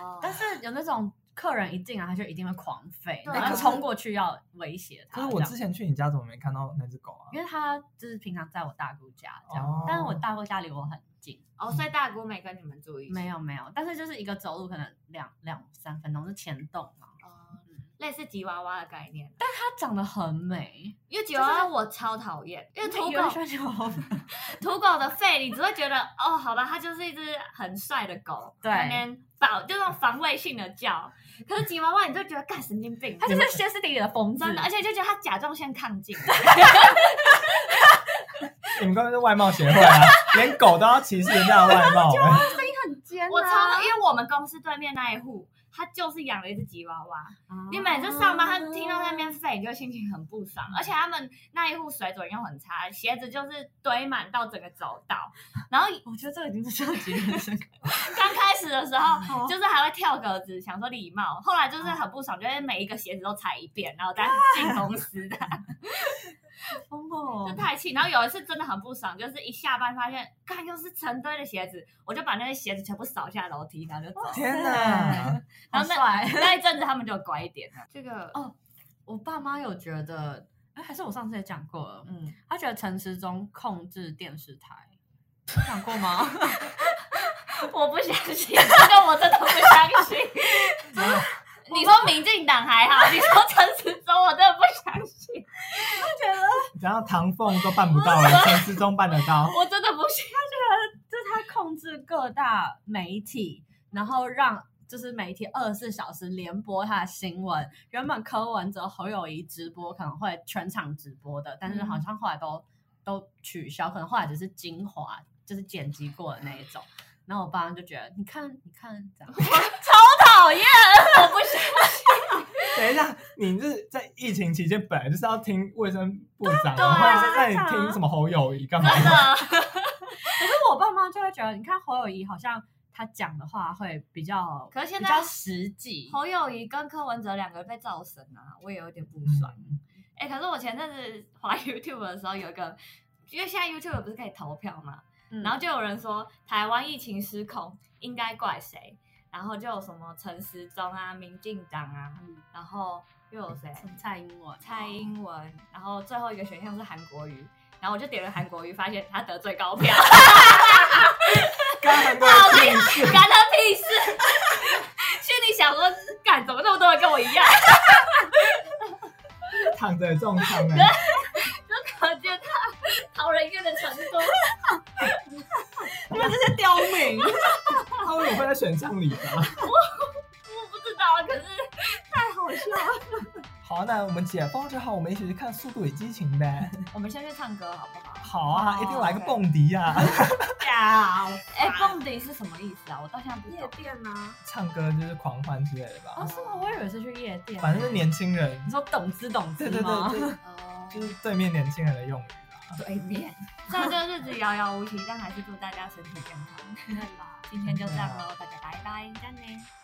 [SPEAKER 1] 哦
[SPEAKER 4] 但是有那种客人一进来，他就一定会狂吠，
[SPEAKER 1] 对
[SPEAKER 4] 然后
[SPEAKER 3] 可是
[SPEAKER 4] 冲过去要威胁他。
[SPEAKER 3] 可是我
[SPEAKER 4] 这样
[SPEAKER 3] 之前去你家怎么没看到那只狗啊？
[SPEAKER 4] 因为他就是平常在我大姑家这样，
[SPEAKER 3] 哦
[SPEAKER 4] 但是我大姑家离我很近，
[SPEAKER 1] 哦，所以大姑没跟你们住一起，
[SPEAKER 4] 没有没有，但是就是一个走路可能两两三分钟是前栋嘛，
[SPEAKER 1] 哦，类似吉娃娃的概念，
[SPEAKER 4] 她长得很美，
[SPEAKER 1] 因为吉娃娃我超讨厌，因为土
[SPEAKER 4] 有人喜
[SPEAKER 1] 狗
[SPEAKER 4] 欢吉娃娃吗 [LAUGHS]
[SPEAKER 1] 土狗的肺你只会觉得 [LAUGHS] 哦，好吧，它就是一只很帅的狗，
[SPEAKER 4] 对
[SPEAKER 1] 在那边保就那种防卫性的叫，可是吉娃娃你就觉得干神经病，
[SPEAKER 4] 她就是歇斯底里的哎疯子
[SPEAKER 1] 真。的，而且就觉得它甲状腺亢进，
[SPEAKER 4] 啊
[SPEAKER 3] 你们根本是外貌协会啊，连狗都要歧视人家的外
[SPEAKER 1] [LAUGHS]
[SPEAKER 3] 貌、
[SPEAKER 1] 啊
[SPEAKER 3] 欸。
[SPEAKER 4] 很尖
[SPEAKER 1] 我超因为我们公司对面那一户。他就是养了一只吉娃娃，你每次上班，他听到在那边吠，你就心情很不爽。而且他们那一户水准又很差，鞋子就是堆满到整个走道。然后
[SPEAKER 4] 我觉得这个已经是超级人生。
[SPEAKER 1] 刚开始的时候，
[SPEAKER 4] 哦
[SPEAKER 1] 就是还会跳格子，想说礼貌。后来就是很不爽，就是每一个鞋子都踩一遍，然后再进公司的，
[SPEAKER 4] 疯 [LAUGHS] 哦
[SPEAKER 1] 就太气。然后有一次真的很不爽，就是一下班发现，看又是成堆的鞋子，我就把那些鞋子全部扫下楼梯，然后就走。
[SPEAKER 3] 天哪！
[SPEAKER 1] 然
[SPEAKER 4] 好
[SPEAKER 1] 后那
[SPEAKER 4] 帅
[SPEAKER 1] 那一阵子他们就乖一点了。这个
[SPEAKER 4] 哦我爸妈有觉得，哎，还是我上次也讲过了，
[SPEAKER 1] 嗯，
[SPEAKER 4] 他觉得陈时中控制电视台，有讲过
[SPEAKER 1] [LAUGHS]
[SPEAKER 4] 吗？[LAUGHS]
[SPEAKER 1] 我不相信，这个我真的不相信。你说民进党还
[SPEAKER 4] [LAUGHS]
[SPEAKER 1] 好，你说陈时中，我真的不相信，
[SPEAKER 3] 然后唐凤都办不到了，陈思忠办得到。
[SPEAKER 1] 我真的不
[SPEAKER 4] [LAUGHS]
[SPEAKER 1] 信。
[SPEAKER 4] 就是他控制各大媒体，然后让就是媒体二十四小时连播他的新闻。原本柯文哲、侯友谊直播可能会全场直播的，但是
[SPEAKER 1] 嗯
[SPEAKER 4] 好像后来都、都取消，可能后来只是精华，就是剪辑过的那一种。然后我爸妈就觉得，你看，你看， [LAUGHS] 这样
[SPEAKER 1] 讨厌，我不信。
[SPEAKER 3] 等一下，你是在疫情期间本来就是要听卫生部长
[SPEAKER 1] 对啊
[SPEAKER 3] 话，那你
[SPEAKER 4] 就是这样
[SPEAKER 3] 听
[SPEAKER 4] 啊
[SPEAKER 3] 什么侯友谊干嘛？
[SPEAKER 1] 真的，
[SPEAKER 4] 可是我爸妈就会觉得，你看侯友谊好像他讲的话会比较，
[SPEAKER 1] 可是现
[SPEAKER 4] 比
[SPEAKER 1] 在
[SPEAKER 4] 较实际。
[SPEAKER 1] 侯友谊跟柯文哲两个人被造神啊，我也有点不爽。哎、可是我前阵子滑 YouTube 的时候，有一个，因为现在 YouTube 不是可以投票吗？
[SPEAKER 4] 嗯
[SPEAKER 1] 然后就有人说台湾疫情失控，应该怪谁？然后就有什么陈时中啊、民进党啊，
[SPEAKER 4] 嗯
[SPEAKER 1] 然后又有谁？
[SPEAKER 4] 什么蔡英 [LAUGHS] 文，
[SPEAKER 1] 蔡英文，然后最后一个选项是韩国瑜，然后我就点了韩国瑜，发现他得最高票，
[SPEAKER 3] 干很多
[SPEAKER 1] 啊
[SPEAKER 3] 人去
[SPEAKER 1] 干他屁事！ [LAUGHS] 心里想说，干怎么那么多人跟我一样？ [LAUGHS]
[SPEAKER 3] 躺着也中枪哎，
[SPEAKER 1] 可见他讨人厌的程度。
[SPEAKER 4] 你们这些刁民。
[SPEAKER 3] 他为什么会在选项里吧？
[SPEAKER 1] 我不知道，可是太好笑了。
[SPEAKER 3] 好，那我们解封之后，我们一起去看《速度与激情》呗。
[SPEAKER 1] [LAUGHS] 我们先去唱歌好不好？
[SPEAKER 3] 好啊，
[SPEAKER 4] 好啊
[SPEAKER 3] 一定来个蹦迪啊呀！
[SPEAKER 4] 呀，
[SPEAKER 1] 哎、蹦迪是什么意思啊？我到现在不懂。
[SPEAKER 4] 店啊？
[SPEAKER 3] 唱歌就是狂欢之类的
[SPEAKER 4] 哦，
[SPEAKER 3] 吧，
[SPEAKER 4] 是吗？我以为是去夜店。
[SPEAKER 3] 反正是年轻人，
[SPEAKER 4] 你说懂吃懂
[SPEAKER 3] 对
[SPEAKER 4] 吃
[SPEAKER 3] 对
[SPEAKER 4] 吗？
[SPEAKER 3] 对，就
[SPEAKER 1] 哦，
[SPEAKER 3] 就是对面年轻人的用语啦。
[SPEAKER 1] 对 [LAUGHS] 面。虽然这个日子遥
[SPEAKER 4] [LAUGHS] 啊
[SPEAKER 1] 遥无期，但还是祝大家身体健康。今天就这样喽，大家拜拜，再见。